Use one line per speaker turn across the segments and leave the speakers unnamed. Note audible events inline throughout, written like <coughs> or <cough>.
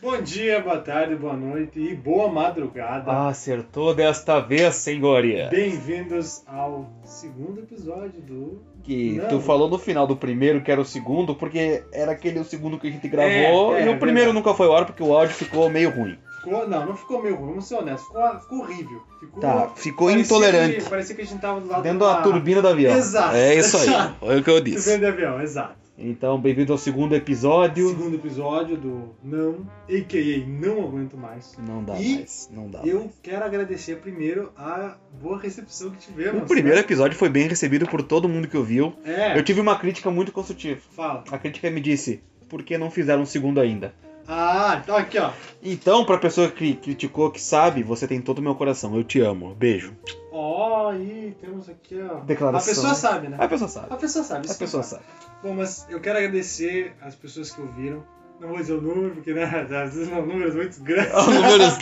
Bom dia, boa tarde, boa noite e boa madrugada.
Acertou desta vez, senhoria.
Bem-vindos ao segundo episódio do.
Que
Não.
tu falou no final do primeiro que era o segundo, porque era aquele o segundo que a gente gravou
É, é,
e o primeiro
verdade.
nunca foi ao ar porque o áudio ficou meio ruim.
Ficou, não, não ficou meio ruim, vamos ser honestos. Ficou, ficou horrível. Ficou,
Tá, ficou
parecia
intolerante.
que- parecia que a gente tava do lado
Dentro da turbina do avião.
Exato,
É isso aí.
exato.
Foi o que eu
Turbina
disse.
de avião, exato.
Então, bem-vindo ao segundo episódio.
Segundo episódio do Não, a.k.a. Não Aguento Mais.
Não dá
E
mais, não dá.
Eu quero agradecer primeiro a boa recepção que tivemos.
O primeiro
né?
episódio foi bem recebido por todo mundo que ouviu.
é.
Eu tive uma crítica muito construtiva.
Fala.
A crítica me disse, por que não fizeram um segundo ainda?
Ah, tá aqui, ó.
Então, pra pessoa que criticou, que sabe, você tem todo o meu coração. Eu te amo. Beijo.
Ó, aí, temos aqui, ó.
Declaração.
A pessoa sabe, né?
A pessoa sabe.
A pessoa sabe,
A
isso
pessoa
que
sabe.
importa. Bom, mas eu quero agradecer as pessoas que ouviram. Não vou dizer o número, porque né, <laughs> às vezes são números muito grandes.
São números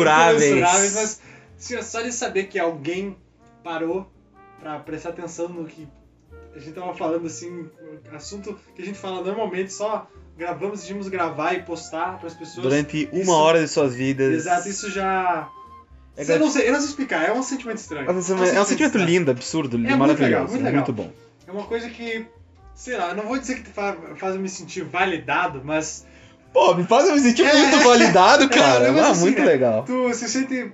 Incomensuráveis,
incomensuráveis.
Mas assim, ó, só de saber que alguém parou pra prestar atenção no que a gente tava falando, assim, assunto que a gente fala normalmente, só gravamos, decidimos gravar e postar pras pessoas.
Durante uma
Isso.
hora de suas vidas.
Exato, isso já.
É
eu, não sei, eu não sei explicar, é um sentimento estranho.
É um sentimento, é um sentimento
estranho.
lindo, absurdo, lindo,
É muito legal,
maravilhoso.
muito legal.
bom.
É uma coisa que, sei lá, eu não vou dizer que fa- faz eu me sentir validado, mas
Pô, me faz eu me sentir
É.
muito validado, cara.
<laughs> É, eu
Ah,
assim,
muito
né?
legal.
tu se sente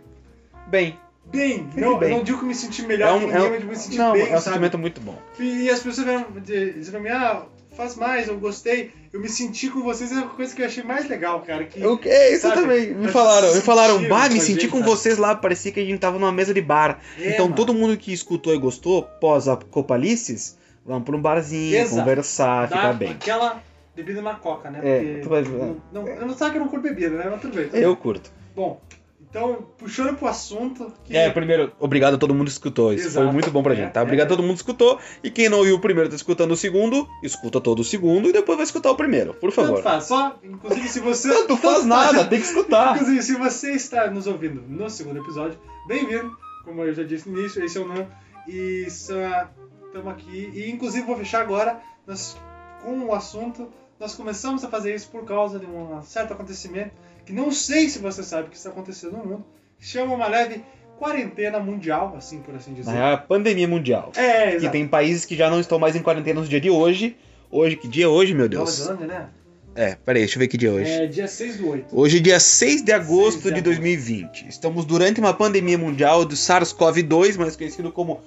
Bem,
bem.
Sente
Não,
bem.
não digo que me senti
é
melhor que
um,
ninguém,
é
mas
um-
me senti
não,
bem,
é um
sabe?
sentimento muito bom.
E as pessoas vieram de- dizendo pra mim, ah, faz mais, eu gostei, eu me senti com vocês, é uma coisa que eu achei mais legal, cara. Que...
Eu- é isso
Sabe?
também. Me
As
falaram,
pessoas
me falaram,
sentiram
bah,
com
me
a
senti
gente,
com
sabe?
vocês lá, parecia que a gente tava numa mesa de bar.
É,
então
mano.
todo mundo que escutou e gostou, pós a Copalices, vamos pra um barzinho,
Exato.
conversar,
Dá
ficar bem.
Aquela bebida na coca, né?
É,
Porque
tu vai-
não- não- eu não sei que eu não curto bebida, né? Mas tudo bem. tudo
Eu curto.
bem. Bom, então, puxando pro assunto. Que...
É, primeiro, obrigado a todo mundo que escutou. Isso
Exato.
foi muito bom pra
É,
gente, tá?
é.
Obrigado a todo mundo que escutou. E quem não ouviu o primeiro tá escutando o segundo, escuta todo o segundo e depois vai escutar o primeiro, por
Tanto
favor.
faz, só, inclusive se você. <laughs>
Tanto faz nada, tem que <laughs> escutar.
Inclusive, se você está nos ouvindo no segundo episódio, bem-vindo. Como eu já disse no início, esse é o Nan. E estamos aqui. E inclusive vou fechar agora nós, com o assunto. Nós começamos a fazer isso por causa de um certo acontecimento que não sei se você sabe que está acontecendo no mundo. Chama uma leve quarentena mundial, assim por assim dizer.
É a pandemia mundial.
É,
Que
exato.
tem países que já não estão mais em quarentena no dia de hoje. Hoje, que dia é hoje, meu
Nova
Deus?
Zelândia, né?
É, peraí, deixa eu ver que dia é hoje.
É dia 6 do 8.
Hoje, é dia 6 de agosto
6 de
de
agosto.
2020. Estamos durante uma pandemia mundial do SARS-CoV-2, mais conhecido como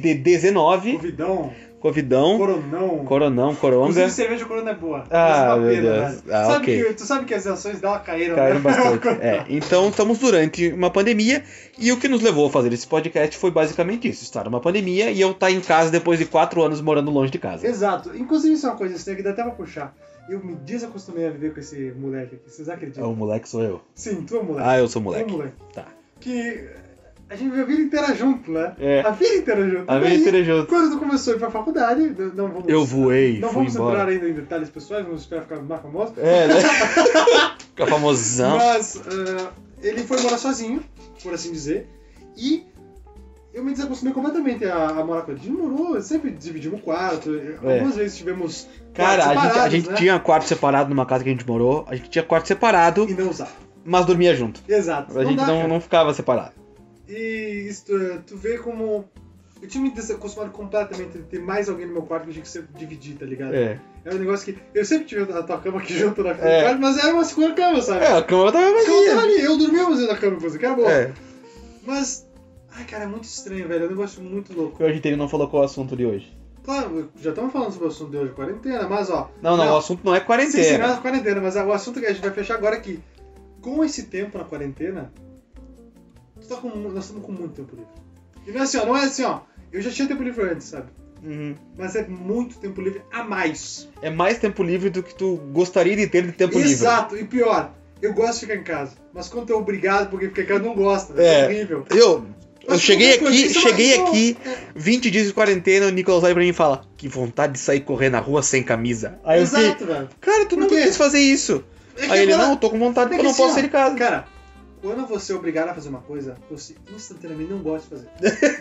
Covid-19.
Covidão,
Covidão,
coronão.
coronão, coronga.
Inclusive, cerveja corona é boa.
Ah,
Mas uma
meu
pena, velho.
Deus. Ah,
sabe
ok.
que, tu sabe que as ações dela caíram,
Caíram
né? <laughs>
bastante. É, então, estamos durante uma pandemia e o que nos levou a fazer esse podcast foi basicamente isso: estar numa pandemia e eu estar em casa depois de quatro anos morando longe de casa.
Exato. Inclusive, isso é uma coisa estranha que dá até pra puxar. Eu me desacostumei a viver com esse moleque aqui. Vocês
É
acreditam?
o moleque, sou eu.
Sim, tu é um moleque.
Ah, eu sou
Tu é um
moleque.
moleque.
Tá.
Que a gente vive a vida inteira junto, né?
É,
A vida inteira junto.
a
Daí,
vida inteira junto.
Quando tu começou a ir pra faculdade, n- não vamos...
Eu voei,
Não
fui
vamos entrar
embora.
ainda em detalhes pessoais, vamos esperar ficar mais famoso.
É, né? <laughs> Fica famosão.
Mas ah, ele foi morar sozinho, por assim dizer, e eu me desacostumei completamente a, a morar com ele. A gente morou, sempre dividimos o quarto, algumas vezes tivemos
É. Cara, a
quartos
gente, a
separados,
gente
né?
tinha quarto separado numa casa que a gente morou. A gente tinha quarto separado,
E não usava.
mas dormia junto.
Exato.
um- A gente
dá,
não,
cara.
não ficava separado.
E isso, tu- tu vê como... Eu tinha me desacostumado completamente de ter mais alguém no meu quarto que eu tinha que sempre dividir, tá ligado?
É.
Era um negócio que... Eu sempre tive a tua cama aqui <laughs> junto na
É.
quarto, mas era uma segunda cama, sabe?
É, a cama tava
Eu, tava
vazia.
ali, eu dormia fazendo a cama com você, acabou.
É.
Mas, ai cara, é muito estranho, velho. É um negócio muito louco.
Hoje ele não falou qual é o assunto de hoje.
Claro, já estamos falando sobre o assunto de hoje, quarentena, mas ó.
Não, não,
Não.
o assunto não é
Sim, sim, não
quarentena.
é quarentena, mas o assunto que a gente vai fechar agora é que, com esse tempo na quarentena, tu tá com, nós estamos com muito tempo livre. E não é assim, ó, não é assim, ó. Eu já tinha tempo livre antes, sabe?
Uhum.
Mas é muito tempo livre a mais.
É mais tempo livre do que tu gostaria de ter de tempo
Exato, e pior, eu gosto de ficar em casa. Mas quando tu é obrigado porque fica em casa, não gosta. É,
É.
horrível.
livre. Eu, eu
Mas
cheguei
como é que
aqui,
isso é
cheguei
uma-
aqui, 20 dias de quarentena, o Nicolas olha pra mim e fala: Que vontade de sair correndo na rua sem camisa. Aí eu fiquei,
Exato, velho.
cara, tu
Por
nunca
quê?
quis fazer isso.
É que
Aí ele,
agora-
não, eu tô com vontade
É
porque eu
que
não posso
assim,
sair de casa.
Cara, quando você é obrigado a fazer uma coisa, você instantaneamente não gosta de fazer.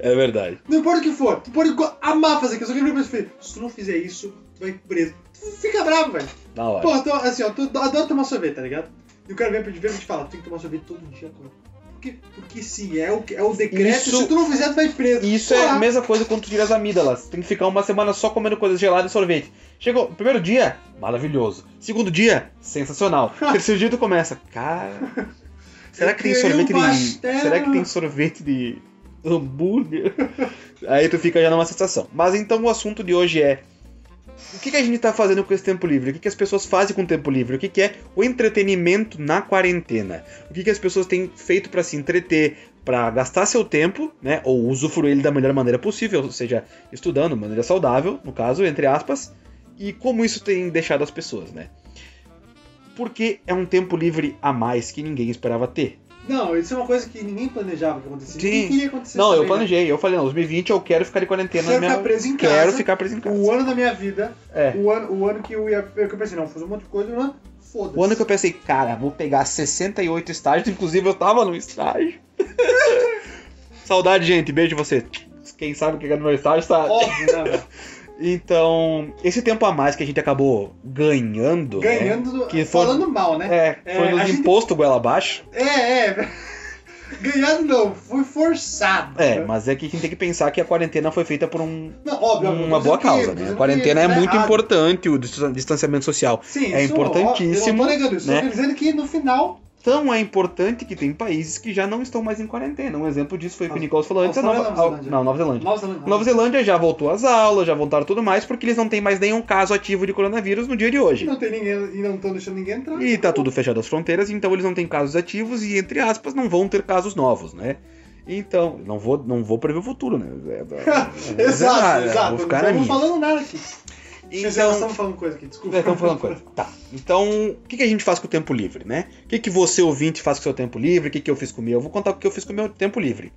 É verdade.
Não importa o que for, tu pode go- amar fazer aquilo, só que ele vai pensar, se tu não fizer isso, tu vai preso. Tu fica bravo, velho.
Da hora.
Porra, tu, assim, ó, tu adora tomar sorvete, tá ligado? E o cara vem pra te ver e te fala, tu tem que tomar sorvete todo dia agora. Por quê? Porque sim, é o, é o decreto,
Isso-
se tu não fizer, tu vai preso.
E isso é
Porra.
a mesma coisa quando tu tira as amígdalas. Tem que ficar uma semana só comendo coisas geladas e sorvete. Chegou, primeiro dia, maravilhoso. Segundo dia,
<laughs>
sensacional. Terceiro dia tu começa, cara. Será que tem
queria um
sorvete
pastel.
de. Será que tem sorvete de hambúrguer? <laughs> Aí tu fica já numa sensação. Mas então o assunto de hoje é. O que, que a gente tá fazendo com esse tempo livre? O que, que as pessoas fazem com o tempo livre? O que, que é o entretenimento na quarentena? O que, que as pessoas têm feito para se entreter, para gastar seu tempo, né? Ou usufruir ele da melhor maneira possível, ou seja, estudando, de maneira saudável, no caso, entre aspas. E como isso tem deixado as pessoas, né? Porque é um tempo livre a mais que ninguém esperava ter.
Não, isso é uma coisa que ninguém planejava que acontecesse.
Sim.
Ninguém queria acontecer
Não, eu
também, né?
planejei. Eu falei, não, 2020 eu quero ficar de quarentena.
Quero
minha-
ficar preso em casa.
Quero ficar preso em casa.
O ano da minha vida,
É.
o ano, o ano que eu ia. Que eu pensei, não, vou fazer um monte de coisa, não, foda-se.
O ano que eu pensei, cara, vou pegar 68 estágios, inclusive eu tava no estágio. <laughs> Saudade, gente, beijo você. Quem sabe o que é no meu estágio tá.
Óbvio, né,
<laughs>
velho?
Então, esse tempo a mais que a gente acabou ganhando. né?
Ganhando, do-
Que foi-
falando mal, né?
É, foi
É, a
nos
gente-
imposto goela abaixo.
É, <laughs> é. Ganhando não, fui forçado.
É,
né?
mas é que a gente tem que pensar que a quarentena foi feita por um-
Não, óbvio, óbvio,
uma
tô dizendo
boa
que-
causa,
tô dizendo
né? A
que
quarentena é
tá
muito
errado.
importante, o distan- distanciamento social.
Sim,
É
isso, ó, Eu
importantíssimo,
não tô negando isso,
né?
tô dizendo que no final.
Tão é importante que tem países que já não estão mais em quarentena. Um exemplo disso foi o que o Nicolas falou antes, a
Austrália
Nova,
ou Nova Zelândia?
Uhum. não, Nova Zelândia.
Nova Zelândia.
Nova Zelândia já voltou às aulas, já voltaram tudo mais, porque eles não têm mais nenhum caso ativo de coronavírus no dia de hoje.
Não tem ninguém e não estão deixando ninguém entrar.
E tá tudo fechado as fronteiras, então eles não têm casos ativos e, entre aspas, não vão ter casos novos, né? Então, não vou, não vou prever o futuro,
<laughs>
né? É, é, é,
<laughs> Exato,
é,
exato.
Vou ficar na
não estamos
minha.
falando nada aqui. Nós
Então,
estamos falando coisa aqui, desculpa.
é, estamos falando coisa. Tá. Então, o que, que a gente faz com o tempo livre, né? O que, que você, ouvinte, faz com o seu tempo livre? O que, que eu fiz com o meu? Eu vou contar o que eu fiz com o meu tempo livre.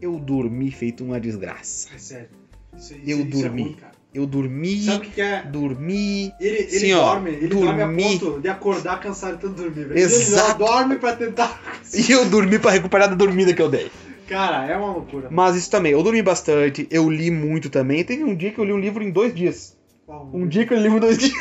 Eu dormi feito uma desgraça.
É sério. Isso, isso,
Eu
isso é
dormi.
ruim, cara.
Eu dormi,
Sabe o que que é?
dormi, <laughs>
Ele, ele
Sim, ó,
dorme, ele dorme a
dormi.
ponto de acordar cansado de tanto dormir, velho.
Exato.
Ele dorme pra tentar.
E eu dormi pra recuperar da dormida que eu dei.
Cara, é uma loucura.
Mas isso também, eu dormi bastante, eu li muito também. Teve um dia que eu li um livro em dois dias. Um dia que eu li um livro em dois <laughs> dias.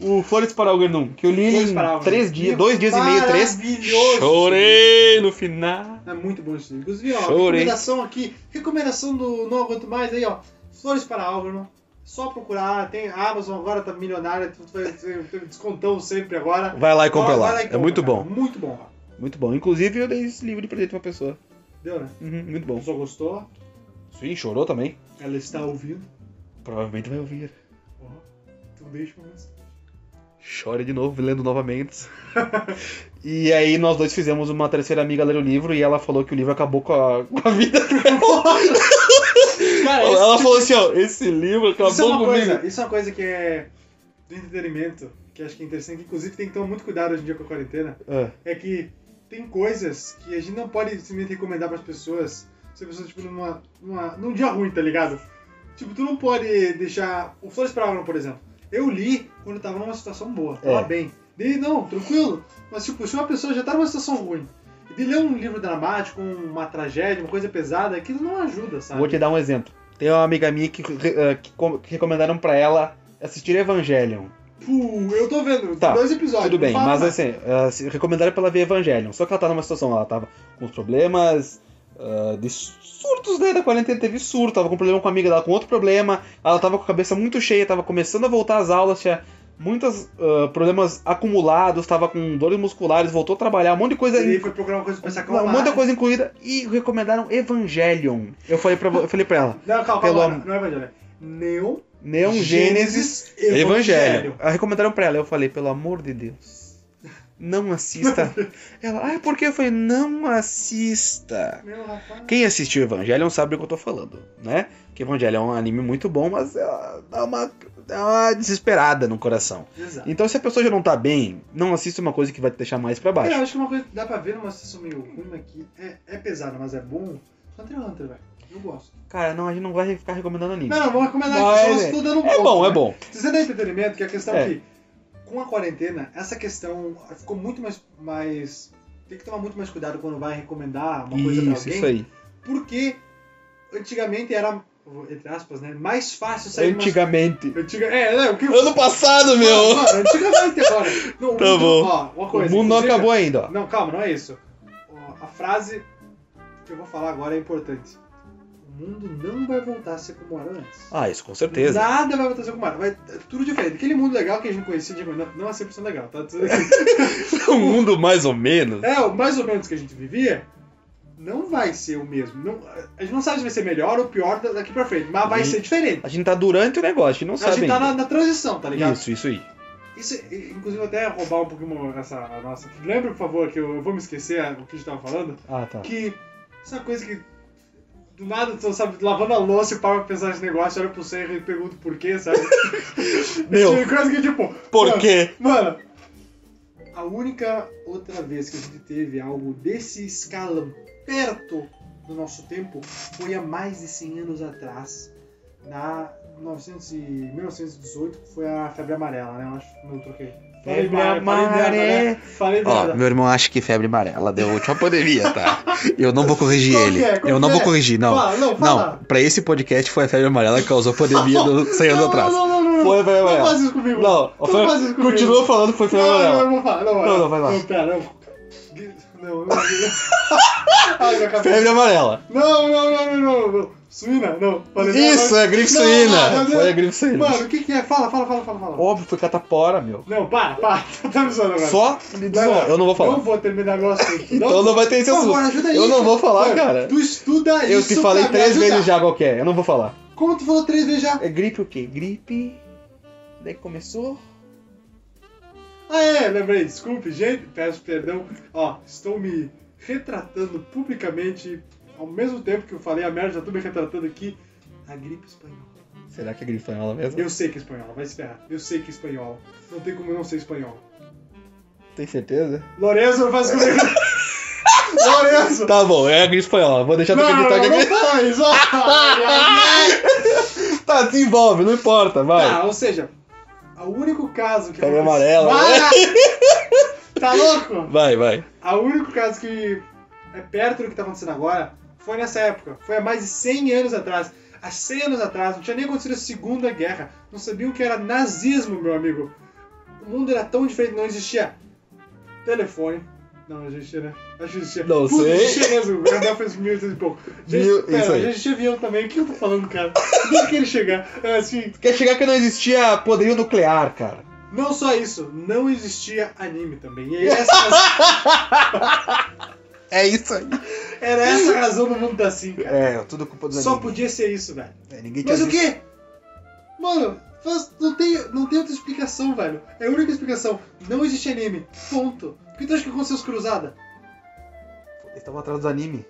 o Flores para Algernum, que eu li ele
Flores
em
para Algernum.
três dias, dois dias e meio, três.
Maravilhoso.
Chorei no final.
É muito bom isso. Inclusive, ó,
Chorei.
recomendação aqui, recomendação do Não Aguento Mais aí, ó. Flores para Álvaro. Só procurar, tem a Amazon agora, tá milionária, tu vai ter um descontão sempre agora.
Vai lá e compra
Vai
lá.
lá e
é muito
compra,
bom.
cara. Muito bom.
Muito bom. Inclusive, eu dei esse livro de presente pra uma pessoa.
Deu, né?
Uhum, muito
A
bom.
pessoa gostou,
Sim, chorou também.
ela está ouvindo.
Provavelmente vai ouvir.
Ó, então beijo pra você.
Chore de novo, lendo novamente. <laughs> e aí nós dois fizemos uma terceira amiga ler o livro e ela falou que o livro acabou com a, com a vida <laughs> dela.
Cara, esse-
ela falou assim, ó, esse livro acabou
isso é uma
comigo.
coisa, isso é uma coisa que é do entretenimento, que acho que é interessante, que inclusive tem que tomar muito cuidado hoje em dia com a quarentena,
É.
é que tem coisas que a gente não pode simplesmente recomendar pras pessoas, se a pessoa, tipo, numa, numa, num dia ruim, tá ligado? Tipo, tu não pode deixar... O Flores para Álvaro, por exemplo. Eu li quando eu tava numa situação boa, tava
É.
bem. Daí, não, tranquilo. Mas, tipo, se uma pessoa já tá numa situação ruim, e de ler um livro dramático, uma tragédia, uma coisa pesada, aquilo não ajuda, sabe?
Vou te dar um exemplo. Tem uma amiga minha que, re- eh, que com- que recomendaram pra ela assistir Evangelion.
Puh, eu tô vendo.
Tá,
dois episódios. um
Tudo
não
bem,
fala
mas
mais.
assim, eh, se- recomendaram pra ela ver Evangelion. Só que ela tá numa situação, ela tava com os problemas ah, de surtos, né? Da quarentena teve surto, tava com problema com a amiga dela, com outro problema. Ela tava com a cabeça muito cheia, tava começando a voltar às aulas, tinha muitos ah, problemas acumulados, tava com dores musculares, voltou a trabalhar, um monte de coisa.
Ele foi procurar uma coisa pra se acalmar.
Não, muita coisa incluída e recomendaram Evangelion. Eu falei pra, eu falei pra ela,
Não, calma,
Pelo
calma.
am-
Não é Evangelho. Neon
Neon Gênesis Evangelho.
Evangelho.
Ah, Recomendaram pra ela, eu falei, pelo amor de Deus,
<laughs>
não assista. ela, ah, por quê? Eu falei, não assista.
Meu rapaz.
Quem assistiu Evangelion sabe do que eu tô falando, né? Que Evangelion é um anime muito bom, mas ah, dá uma, dá uma desesperada no coração.
Exato.
Então, se a pessoa já não tá bem, não assista uma coisa que vai te deixar mais pra
É,
baixo.
eu acho que uma coisa que dá pra ver numa sessão meio ruim aqui é, é pesada, mas é bom. Hunter x Hunter, velho. Eu gosto.
Cara, não, a gente não vai ficar recomendando anime.
Não, não, vamos recomendar
Mas,
aqui. Só
é.
estou dando um
é
ponto,
bom, é
né?
bom.
Se você dá entretenimento, que a questão
É.
é que com a quarentena, essa questão ficou muito mais. mais... Tem que tomar muito mais cuidado quando vai recomendar uma coisa pra
Isso,
alguém.
isso aí.
porque antigamente era, entre aspas, né, mais fácil sair umas-
Antigamente.
Antiga... É, né, o que...
Ano passado,
Não,
meu!
mano, antigamente agora. Não, o
Tá
mundo-
bom.
ó, uma
O
coisa,
mundo não
inclusive-
acabou ainda, ó.
Não, calma, não é isso. Ó, A frase que eu vou falar agora é importante. O mundo não vai voltar a ser como era antes.
Ah, isso com certeza.
Nada vai voltar a ser como era. Vai, é tudo diferente. Aquele mundo legal que a gente conhecia, digo, não, não é 100% legal, tá?
Um mundo mais ou menos.
É, o mais ou menos que a gente vivia, não vai ser o mesmo. Não- a gente não sabe se vai ser melhor ou pior da- daqui pra frente, mas vai
E-
ser diferente.
A gente tá durante o negócio, a gente não
A
sabe
gente tá
ainda.
na, na transição, tá ligado?
Isso, isso aí.
Isso, inclusive, até roubar um pouquinho essa a nossa. Lembra, por favor, que eu, eu vou me esquecer ah, o que a gente tava falando?
Ah, tá.
Que essa coisa que. Do nada, tu sabe, lavando a louça e para pra pensar nesse negócio, olha pro Serra e pergunta por quê, sabe?
Meu.
Tipo, Coisa que tipo.
Por
mano,
quê?
Mano, a única outra vez que a gente teve algo desse escalão perto do nosso tempo foi há mais de 100 anos atrás, na 900 e 1918, que foi a febre amarela, né? Eu acho que não troquei. Falei merda, falei merda, né? Falei
Ó,
merda.
meu irmão acha que febre amarela deu a última pandemia, tá? Eu não vou corrigir
Qual
ele.
que é? Qual
Eu não
que
vou
é?
corrigir, não.
Fala, não,
Não,
fala.
pra esse podcast foi a febre amarela que causou a pandemia do 100 anos
não,
atrás.
Não, não, não, não.
Foi, vai, vai.
Não faz isso comigo.
Não,
Não
foi-
faz isso comigo.
continua falando que foi
Não,
febre
não,
amarela.
não, não fala, não,
Não, não, vai lá.
Não, pera, não.
<laughs>
Não, <laughs> não. Ai, minha cabeça.
Febre amarela.
Não, não, não, não, não, não. Suína? Não. né?
Isso, é gripe
Não, não,
suína.
não,
Foi a
não.
gripe suína.
Mano, o que que é? Fala, fala, fala, fala, fala.
Óbvio, foi catapora, meu.
Não, para, para. <laughs> Tá me zoando agora.
Só de desonra. Eu não vou
Não
falar.
vou terminar o assunto.
<laughs> Então não vai ter esse
Por
assunto.
favor, ajuda aí.
Eu não vou falar,
Mano,
cara.
Tu estuda
Eu
isso
te falei
pra me
três
ajudar.
vezes já qual que é. Eu não vou falar.
Como tu falou três vezes já?
É gripe o quê? Gripe. Daí começou.
Ah, é, lembrei. Desculpe, gente. Peço perdão. Ó, estou me retratando publicamente ao mesmo tempo que eu falei a merda, já tô me retratando aqui. A gripe espanhola.
Será que é gripe espanhola mesmo?
Eu sei que é espanhola, vai se ferrar. Eu sei que é espanhola. Não tem como eu não ser espanhola.
Tem certeza?
Lourenço, não faz isso comigo. Lourenço!
Tá bom, é a gripe espanhola. Vou deixar tu
Não, não,
acreditar
não,
que é
não
gripe.
fala isso.
Tá, desenvolve, não importa, vai.
Tá, ou seja, o único caso que...
Febre
aconteceu-
amarela.
Para! Tá louco?
né? Vai, vai.
O único caso que é perto do que tá acontecendo agora foi nessa época. Foi há mais de 100 anos atrás. Há 100 anos atrás, não tinha nem acontecido a Segunda Guerra. Não sabiam o que era nazismo, meu amigo. O mundo era tão diferente, não existia telefone. Não, não existia, né? Acho que existia.
Não
Puta,
sei.
existia mesmo. O Gabriel fez mil e pouco. Gente,
Mil-
pera,
isso aí.
já existia avião também. O que eu tô falando, cara? Onde que ele chegar? É, Assim,
Quer chegar que não existia poderio nuclear, cara.
não só isso, não existia anime também. E essa,
É isso aí.
era essa a razão do mundo tá assim, cara.
É, tudo culpa dos
Só
animes.
podia ser isso, velho.
É, ninguém
Mas
tinha
o
visto.
quê? Mano, faz- não, tem, não tem outra explicação, velho. É a única explicação. Não existe anime. Ponto. Por que tu acha que aconteceu os Cruzada?
Eles estavam atrás dos anime.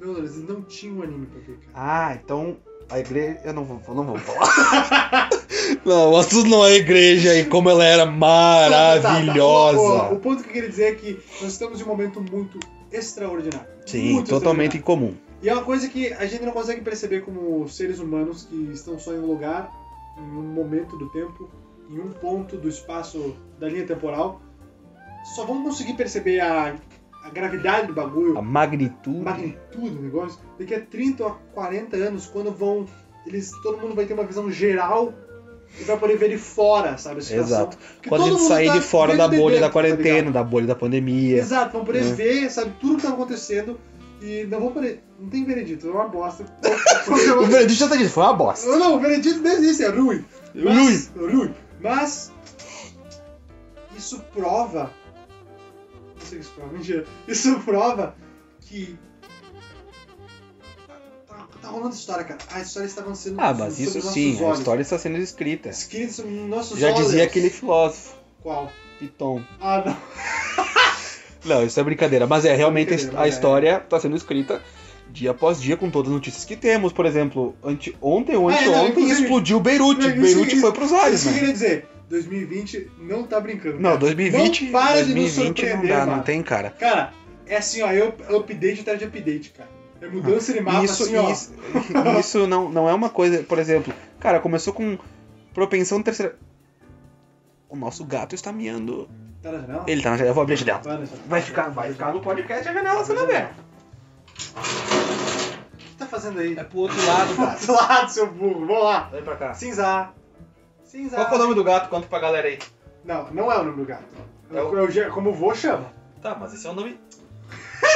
Não, não, eles não tinham anime pra ver, cara.
Ah, então a igreja... Eu não vou, não vou falar. <laughs> não, o assunto não é a igreja e como ela era tá,
Tá, tá, tá. O, o-
maravilhosa.
o ponto que eu queria dizer é que nós estamos em um momento muito extraordinário.
Sim,
Muito
totalmente
extraordinário.
incomum.
E é uma coisa que a gente não consegue perceber como seres humanos que estão só em um lugar, em um momento do tempo, em um ponto do espaço da linha temporal. Só vão conseguir perceber a, a gravidade do bagulho
A magnitude...
magnitude do negócio, daqui a 30 ou a 40 anos, quando vão. Eles, todo mundo vai ter uma visão geral e vai poder ver de fora, sabe? A situação.
Exato.
Porque
Quando a
todo
gente
mundo
sair
tá
de fora
vendo
da
de
bolha
dentro,
da
tá
quarentena,
ligado?
da bolha da pandemia.
Exato, vão poder
É.
ver, sabe, tudo que tá acontecendo e não vão poder. Não tem veredito, é uma bosta. <laughs> é
O veredito já tá dito, foi uma bosta.
não, não, o veredito não existe, é ruim. Mas, ruim. Mas. Isso prova. Não sei o que isso prova, mentira. Isso prova que. Tá, tá rolando história, cara. A história está acontecendo
Ah, mas
sob
isso
nossos
sim, a
olhos.
história está sendo escrita.
Escrito sob nossos
Já
olhos.
dizia aquele filósofo,
Qual?
Piton.
Ah, não.
Não, isso é brincadeira, mas é realmente a his-
Brincadeira,
a
mas é.
história está sendo escrita dia após dia com todas as notícias que temos. Por exemplo, ante, ontem ou
Ah, é, não,
anteontem
inclusive-
explodiu Beirute.
Não, isso-
Beirute
isso-
foi pros ares,
isso que eu
né?
queria dizer. 2020 não tá brincando.
Não,
cara.
2020.
Não para de nos
2020 não
surpreender,
dá,
mano.
não tem, cara.
Cara, é assim, ó, eu update atrás de update, cara. É mudança de mapa,
isso,
assim, ó.
isso, isso não, não é uma coisa. Por exemplo, cara, começou com propensão terceira. O nosso gato está miando.
Tá na janela?
Ele tá na janela. Eu vou abrir a janela.
Vai na janela.
Vai ficar, vai ficar no podcast a janela sendo aberta.
que tá fazendo aí?
É pro outro lado, cara.
Do lado, seu burro, vamos lá.
Vem pra cá.
Cinza. Cinza.
Qual que é o nome do gato? Conta pra galera aí.
Não, não é o nome do gato.
É o-
Eu- eu já- como o vô chama.
Tá, mas esse é o nome.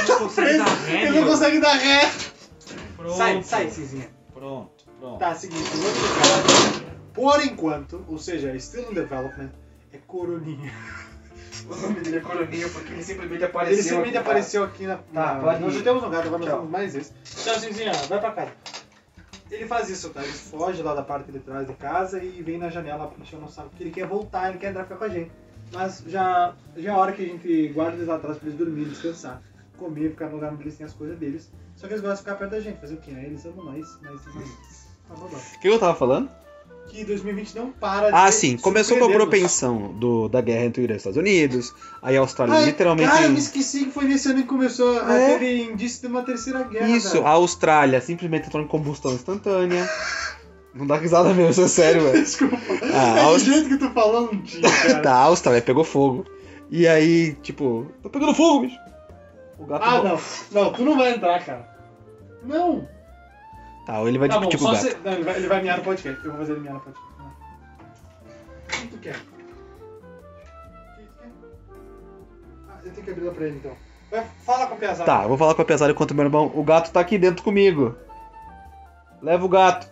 Não consegue dar
É,
ré,
Ele não
meu.
consegue dar ré.
Pronto.
Sai, sai, Cinzinha.
Pronto, pronto.
Tá, seguinte, o nome do cara, por enquanto, ou seja, still in development, é Coroninha.
O nome dele é Coroninha porque ele simplesmente apareceu.
Ele simplesmente apareceu aqui na.
Tá,
na-
pode
Nós
ir.
já temos um gato, agora nós
Tchau.
temos mais esse. Tchau, Cinzinha, vai pra casa. Ele faz isso, tá? Ele foge lá da parte de trás de casa e vem na janela pra encher o nosso saco, porque ele quer voltar, ele quer entrar e ficar com a gente. Mas já, já é hora que a gente guarda eles lá atrás pra eles dormirem, descansar, comer, ficar no lugar onde eles têm as coisas deles. Só que eles gostam de ficar perto da gente, fazer o quê, né? Eles amam nós, mas tá bom, bom.
O que eu tava falando?
que 2020 não para de
Ah, sim. Começou com a
surpreender-nos.
propensão do, da guerra entre o Irã e os Estados Unidos. Aí a Austrália
Ai,
literalmente.
Cara, eu me esqueci que foi nesse ano que começou a
É?
ter indício de uma terceira guerra.
Isso,
velho.
a Austrália simplesmente entrou em combustão instantânea. Não dá risada mesmo, isso é sério, velho.
Desculpa.
Ah,
é
a
do
Aust-
jeito que tu falou, não
<laughs>
tinha, cara.
Tá, a Austrália pegou fogo. E aí, tipo, tô pegando fogo, bicho. O gato
Ah,
morre.
não. Não, tu não vai entrar, cara. Não.
Tá, ele vai
tá bom,
discutir com
só
o gato.
se... Não, ele vai, ele vai miar no podcast. Eu vou fazer ele miar no podcast. Vai. O que tu quer? O que tu quer? Ah, eu tenho que abrir lá pra ele, então. Vai, fala com o pesado.
Tá, eu vou falar com a pesada enquanto meu irmão. O gato tá aqui dentro comigo. Leva o gato.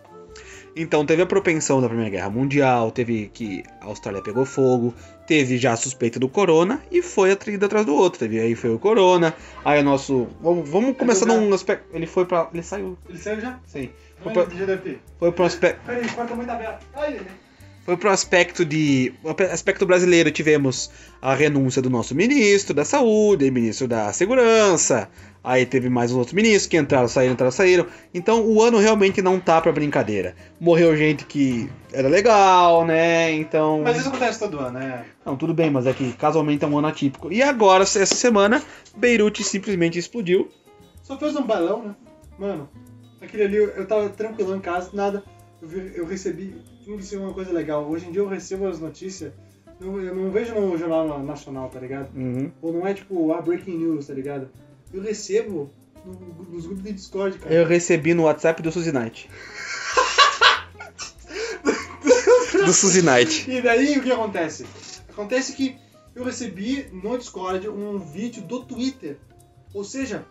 Então teve a propensão da Primeira Guerra Mundial, teve que a Austrália pegou fogo, teve já a suspeita do corona e foi atraído atrás do outro. Teve aí foi o corona, aí o nosso. Vamos, vamos começar
Ele
num aspecto. Ele foi pra. Ele saiu,
Ele saiu já?
sim.
Não,
Opa.
ele já deve ter.
Foi um pro aspecto.
Peraí, o quarto é muito aberto. Olha ele.
Foi pro aspecto de. aspecto brasileiro, tivemos a renúncia do nosso ministro da saúde, aí ministro da segurança, aí teve mais uns outros ministros que entraram, saíram, entraram, saíram. Então o ano realmente não tá pra brincadeira. Morreu gente que era legal, né? Então.
Mas isso acontece todo ano, né?
Não, tudo bem, mas é que casualmente é um ano atípico. E agora, essa semana, Beirute simplesmente explodiu.
Só fez um balão, né? Mano, aquele ali, eu eu tava tranquilo em casa, nada. Eu, vi- eu recebi, tinha que ser uma coisa legal. Hoje em dia eu recebo as notícias, eu, eu não vejo no jornal na- nacional, tá ligado? Ou não é tipo, ah, breaking news, tá ligado? Eu recebo no- nos grupos de Discord, cara.
Eu recebi no WhatsApp do
<laughs>
Suzy Knight. do Suzy Knight.
E daí o que acontece? Acontece que eu recebi no Discord um vídeo do Twitter. Ou seja,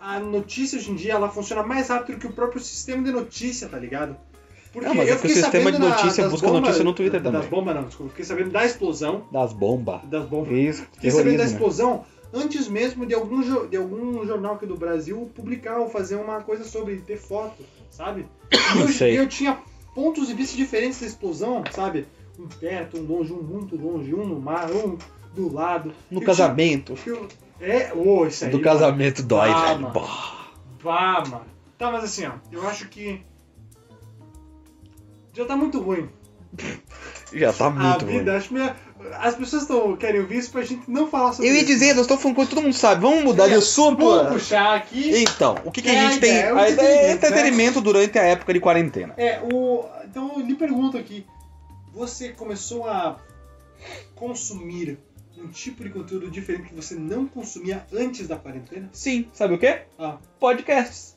a notícia hoje em dia ela funciona mais rápido que o próprio sistema de notícia, tá ligado? Porque
Não, mas é porque o
fiquei
sistema
sabendo
de notícia
das
busca notícia no Twitter
das
também.
bombas não, desculpa. Fiquei sabendo da explosão.
Das bombas.
Das bombas.
Isso, é
Fiquei sabendo da
terrorismo. né?
explosão antes mesmo de algum, jo- de algum jornal aqui do Brasil publicar ou fazer uma coisa sobre ter foto,
<coughs>
sabe? E eu,
Sei.
eu tinha pontos de vista diferentes da explosão, sabe? Um perto, um longe, um muito longe, um no mar, um do lado.
No
Eu
casamento.
tinha- eu- É, ô, isso aí.
Do casamento dói,
Ah,
velho.
mano.
Bah.
Vá, mano. Tá, mas assim, ó, eu acho que. Já tá muito ruim.
Já tá
a
muito
vida, é
ruim.
acho melhor. As pessoas tão, querem ouvir isso pra gente não falar sobre
Eu ia
isso.
dizer, nós estamos falando coisa que todo mundo sabe. Vamos mudar de
É,
assunto.
Vou puxar aqui.
Então, o que, que
É
a
a
gente tem?
ideia, é o
A ideia é
entretenimento, né?
entretenimento durante a época de quarentena.
É, o. Então eu lhe pergunto aqui, você começou a consumir um tipo de conteúdo diferente que você não consumia antes da quarentena?
Sim, sabe o quê?
Ah.
Podcasts.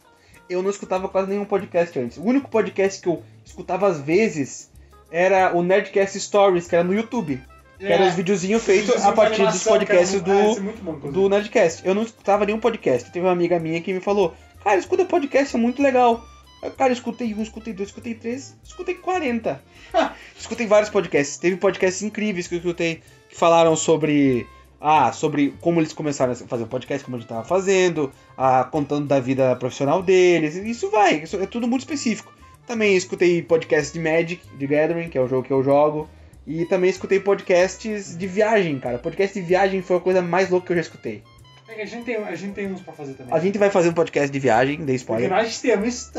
Eu não escutava quase nenhum podcast antes. O único podcast que eu escutava às vezes era o Nerdcast Stories, que era no YouTube. Que
É,
era os videozinhos feitos a partir dos podcasts do.
Ah, isso é muito bom, inclusive.
do Nerdcast. Eu não escutava nenhum podcast. Teve uma amiga minha que me falou: Cara, escuta podcast, é muito legal. Eu, Cara, escutei um, escutei dois, escutei três, escutei 40. <laughs> escutei vários podcasts. Teve podcasts incríveis que eu escutei que falaram sobre. Ah, sobre como eles começaram a fazer o podcast, como a gente tava fazendo, ah, contando da vida profissional deles. Isso vai, isso é tudo muito específico. Também escutei podcast de Magic, de Gathering, que é o jogo que eu jogo. E também escutei podcasts de viagem, cara. Podcast de viagem foi a coisa mais louca que eu já escutei.
É que a gente, tem, a gente tem uns pra fazer também.
A gente vai fazer um podcast de viagem, dei
Porque
spoiler.
nós temos isso.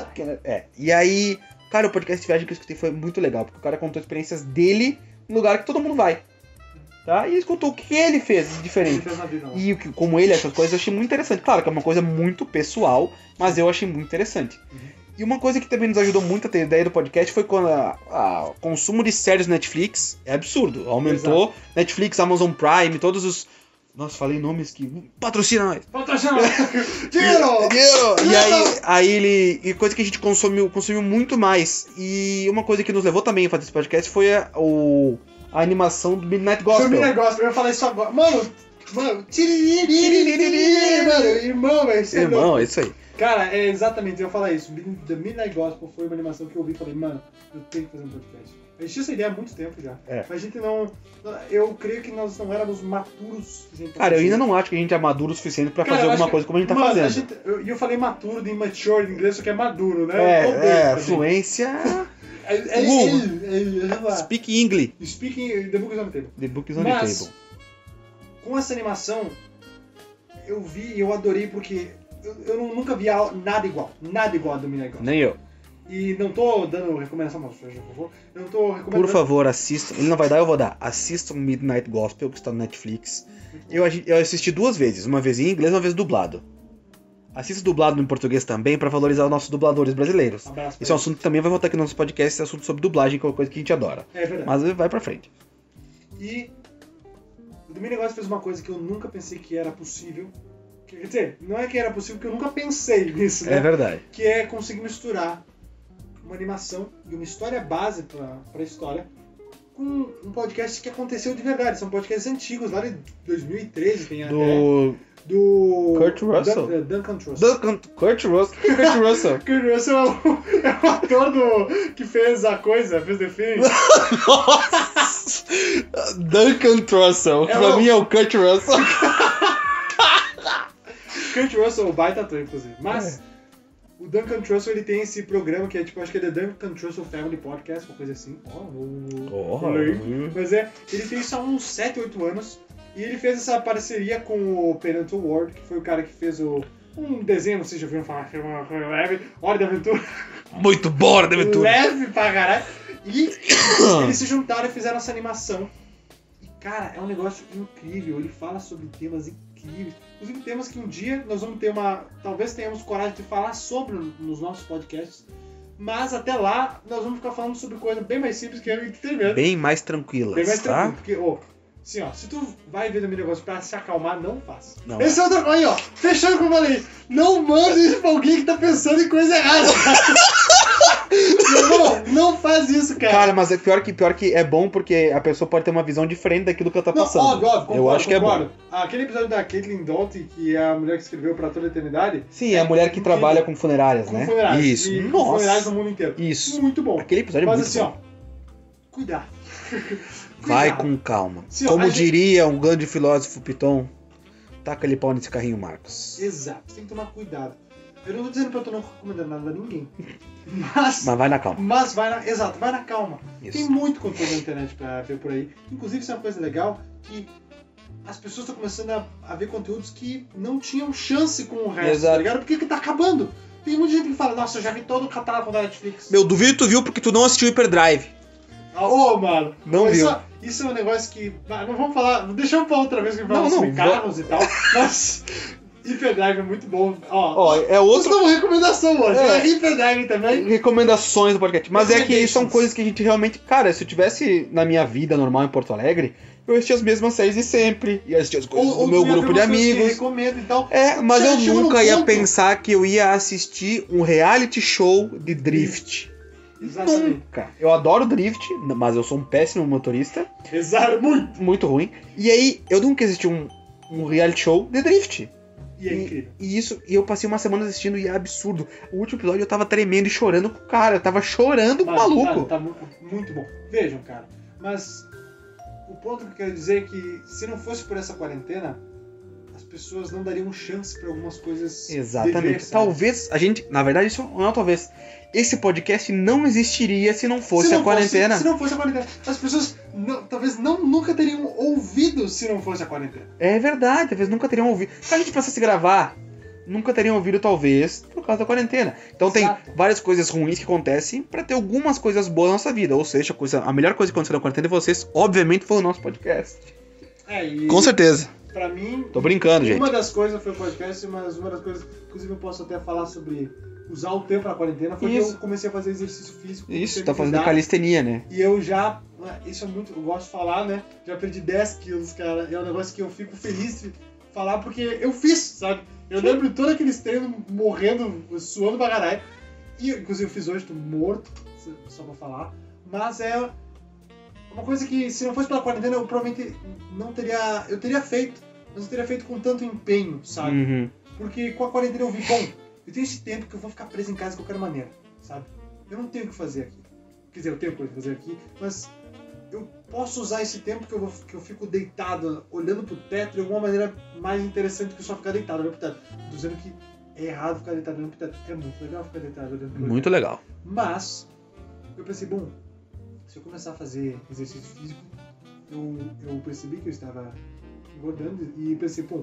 É. E aí, cara, o podcast de viagem que eu escutei foi muito legal, porque o cara contou experiências dele num lugar que todo mundo vai. Tá? E escutou o que ele fez de
que a gente
diferente.
fez na vida, não.
E o que- como ele, essas coisas, eu achei muito interessante. Claro que é uma coisa muito pessoal, mas eu achei muito interessante. E uma coisa que também nos ajudou muito a ter ideia do podcast foi quando a- a- o consumo de séries Netflix é absurdo. Aumentou. Netflix, Amazon Prime, todos os Nossa, falei nomes que. Patrocina nós!
Patrocina!
<laughs>
Dinheiro!
E aí, aí ele. E coisa que a gente consumiu, consumiu muito mais. E uma coisa que nos levou também a fazer esse podcast foi a, o, a animação do Midnight
Gospel.
Gospel.
negócio, eu ia falar isso agora. Mano, mano, tiririri, mano, irmão, velho. você é louco.
Irmão, é isso aí.
Cara, é exatamente, eu ia falar isso. Mid- The Midnight Gospel foi uma animação que eu vi e falei, mano, eu tenho que fazer um podcast. A gente tinha essa ideia há muito tempo já.
É.
Mas a gente não. Eu creio que nós não éramos maturos. gente, pra
Cara, eu
fazer
ainda não acho que a gente é maduro o suficiente pra
Cara,
fazer
eu
alguma
acho
coisa como a gente tá
Mano,
fazendo.
a gente- eu, e eu falei maturo de immature em inglês, só que é maduro, né? Eu odeio
É, é,
fazer.
fluência.
É, é,
Lu.
é, é, é, é.
Speak English.
Speaking the book is on the table.
The book is on
Mas-
the table.
Com essa animação, eu vi e eu adorei porque eu, eu nu- nunca vi al- nada igual. Nada igual a do Midnight Gospel.
Nem eu.
E não tô dando recomendação, mas por favor. Eu não tô recomendando.
Por favor, assistam. Ele não vai dar, eu vou dar. Assistam Midnight Gospel, que está no Netflix. Eu, agi- eu assisti duas vezes, uma vez em inglês uma vez dublado. Assista dublado em português também para valorizar os nossos dubladores brasileiros.
Abraço. pra
Esse é um
ele.
assunto que também vai voltar aqui no nosso podcast, esse assunto sobre dublagem, que é uma coisa que a gente adora.
É verdade.
Mas vai pra frente.
E o Domingo Negócio fez uma coisa que eu nunca pensei que era possível. Quer dizer, não é que era possível, que eu nunca pensei nisso, né?
É verdade.
que é conseguir misturar uma animação e uma história base pra, pra história com um podcast que aconteceu de verdade. São podcasts antigos, lá de 2013, tem até.
Do
Do.
Kurt Russell?
Dun- eh, Duncan Trussell.
Duncan Kurt Russell. Kurt Russell.
Kurt Russell é o, <laughs> é o ator do, que fez a coisa, fez The Thing.
Duncan Russell.
É
pra
o-
mim é o Kurt Russell.
Kurt Russell, baita ator, inclusive. Mas o Duncan Trussell, ele tem esse programa que é tipo, acho que é The Duncan Trussell Family Podcast, uma coisa assim. Ó, o- Olhei. Mas é, ele fez isso há uns 7, 8 anos. E ele fez essa parceria com o Parental Ward, que foi o cara que fez o. Um desenho, vocês já ouviram falar, <laughs> chama Leve, Hora da Aventura.
Muito né, bora, Deventura.
Leve pra caralho. E eles se juntaram e fizeram essa animação. E, cara, é um negócio incrível. Ele fala sobre temas incríveis. Inclusive, temas que um dia nós vamos ter uma. Talvez tenhamos coragem de falar sobre nos nossos podcasts. Mas até lá, nós vamos ficar falando sobre coisa bem mais simples que é o entretenimento.
Bem mais tranquilas,
Bem mais
tá?
tranquilo, porque, ô, assim, ó, se tu vai ver no meu negócio pra se acalmar, não faça.
Não.
Esse é outro. Aí, ó, fechando com o que eu falei. Não manda isso pra alguém que tá pensando em coisa errada.
<laughs>
não, não faz isso, cara.
Cara, mas é pior que pior que é bom porque a pessoa pode ter uma visão diferente daquilo que ela tá
não,
passando.
óbvio, óbvio,
Eu acho que é bom.
concordo. Ah, Aquele episódio da Caitlyn Doughty, que é a mulher que escreveu pra toda a eternidade,
Sim, é a mulher que trabalha com funerárias,
com
né?
funerais.
Isso.
E, com é funerais
Nossa.
no mundo inteiro.
Isso.
Muito bom.
Aquele episódio é
Mas
muito
assim,
bom.
ó, cuidar.
Vai
<laughs> Cuidado.
com calma.
Sim, ó,
Como
a gente-
diria um grande filósofo Piton, taca ele pau nesse carrinho, Marcos.
Exato, você tem que tomar cuidado. Eu não tô dizendo pra eu tô não recomendando nada a ninguém. Mas.
Mas vai na calma.
Mas vai na. Exato, vai na calma. Tem
Isso.
muito conteúdo na internet pra ver por aí. Inclusive, isso é uma coisa legal que as pessoas estão começando a, a ver conteúdos que não tinham chance com o resto,
Exato.
tá ligado? Porque que tá acabando. Tem muita gente que fala, nossa, eu já vi todo o catálogo da Netflix.
Meu, duvido que tu viu porque tu não assistiu Hyperdrive.
Ah, Ô, mano.
Não
Mas
viu.
Isso, isso é um negócio que. ah, Não vamos falar. Deixamos pra outra vez que
Não,
falamos sobre
não,
carros e tal. Mas. <laughs> Hyperdrive é muito bom. Ó,
Ó, é outro
outra recomendação hoje. É.
É.
Hyperdrive também.
<laughs> recomendações do podcast. Mas é que são
Recommendations.
coisas que a gente realmente. Cara, se eu tivesse na minha vida normal em Porto Alegre, eu assistia as mesmas séries de sempre. Ia assistir as coisas do
tu
meu
ia ver
grupo de
umas coisas que
amigos.
Recomendo então, e tal.
É, mas
Você
eu
chegou
nunca
num
ia
ponto-
pensar que eu ia assistir um reality show de drift.
Exatamente.
Nunca. Eu adoro drift, n- mas eu sou um péssimo motorista,
Exato, muito.
muito ruim. E aí, eu nunca assisti um, um reality show de drift.
E é incrível.
E isso, e eu passei uma semana assistindo e é absurdo. O último episódio eu tava tremendo e chorando com o cara. Eu tava chorando com o
Mano, mano,
maluco.
tá mu- muito bom. Vejam, cara. Mas o ponto que eu quero dizer é que se não fosse por essa quarentena, as pessoas não dariam chance pra algumas coisas.
Exatamente.
diversas, sabe?
Talvez a gente. Na verdade, isso não é talvez. Esse podcast não existiria se não fosse
Se não
a quarentena.
se não fosse a quarentena, as pessoas não- talvez não, nunca teriam ouvido se não fosse a quarentena.
É verdade, talvez nunca teriam ouvido. Se a gente precisasse gravar, nunca teriam ouvido, talvez, por causa da quarentena. Então
Exato.
tem várias coisas ruins que acontecem pra ter algumas coisas boas na nossa vida. Ou seja, a, coisa- a melhor coisa que aconteceu na quarentena de vocês, obviamente, foi o nosso podcast.
É, e
Com certeza.
pra mim,
Tô brincando, gente.
Uma das coisas foi o podcast, mas uma das coisas, inclusive eu posso até falar sobre usar o tempo na quarentena, foi
Isso.
que é eu comecei a fazer exercício físico.
Isso,
comecei a
tá
me
fazendo
cuidar,
calistenia, né?
E eu já ah, isso é muito. Eu gosto de falar, né? Já perdi 10 quilos, cara. É um negócio que eu fico feliz de falar porque eu fiz, sabe? Eu lembro de todo aqueles treinos morrendo, suando pra caralho. E, inclusive, eu fiz hoje, tô morto, só pra falar. Mas é uma coisa que, se não fosse pela quarentena, eu provavelmente não teria. Eu teria feito, mas não teria feito com tanto empenho, sabe?
Uhum.
Porque com a quarentena eu vi, bom, eu tenho esse tempo que eu vou ficar preso em casa de qualquer maneira, sabe? Eu não tenho o que fazer aqui. Quer dizer, eu tenho coisa que fazer aqui, mas eu posso usar esse tempo que eu, vou- que eu fico deitado, olhando pro teto, de alguma maneira mais interessante que só ficar deitado olhando pro teto. Tô dizendo que é errado ficar deitado olhando pro teto. É muito legal ficar deitado olhando pro teto.
Muito legal.
Mas eu pensei, bom, se eu começar a fazer exercício físico, eu, eu percebi que eu estava engordando e pensei, pô,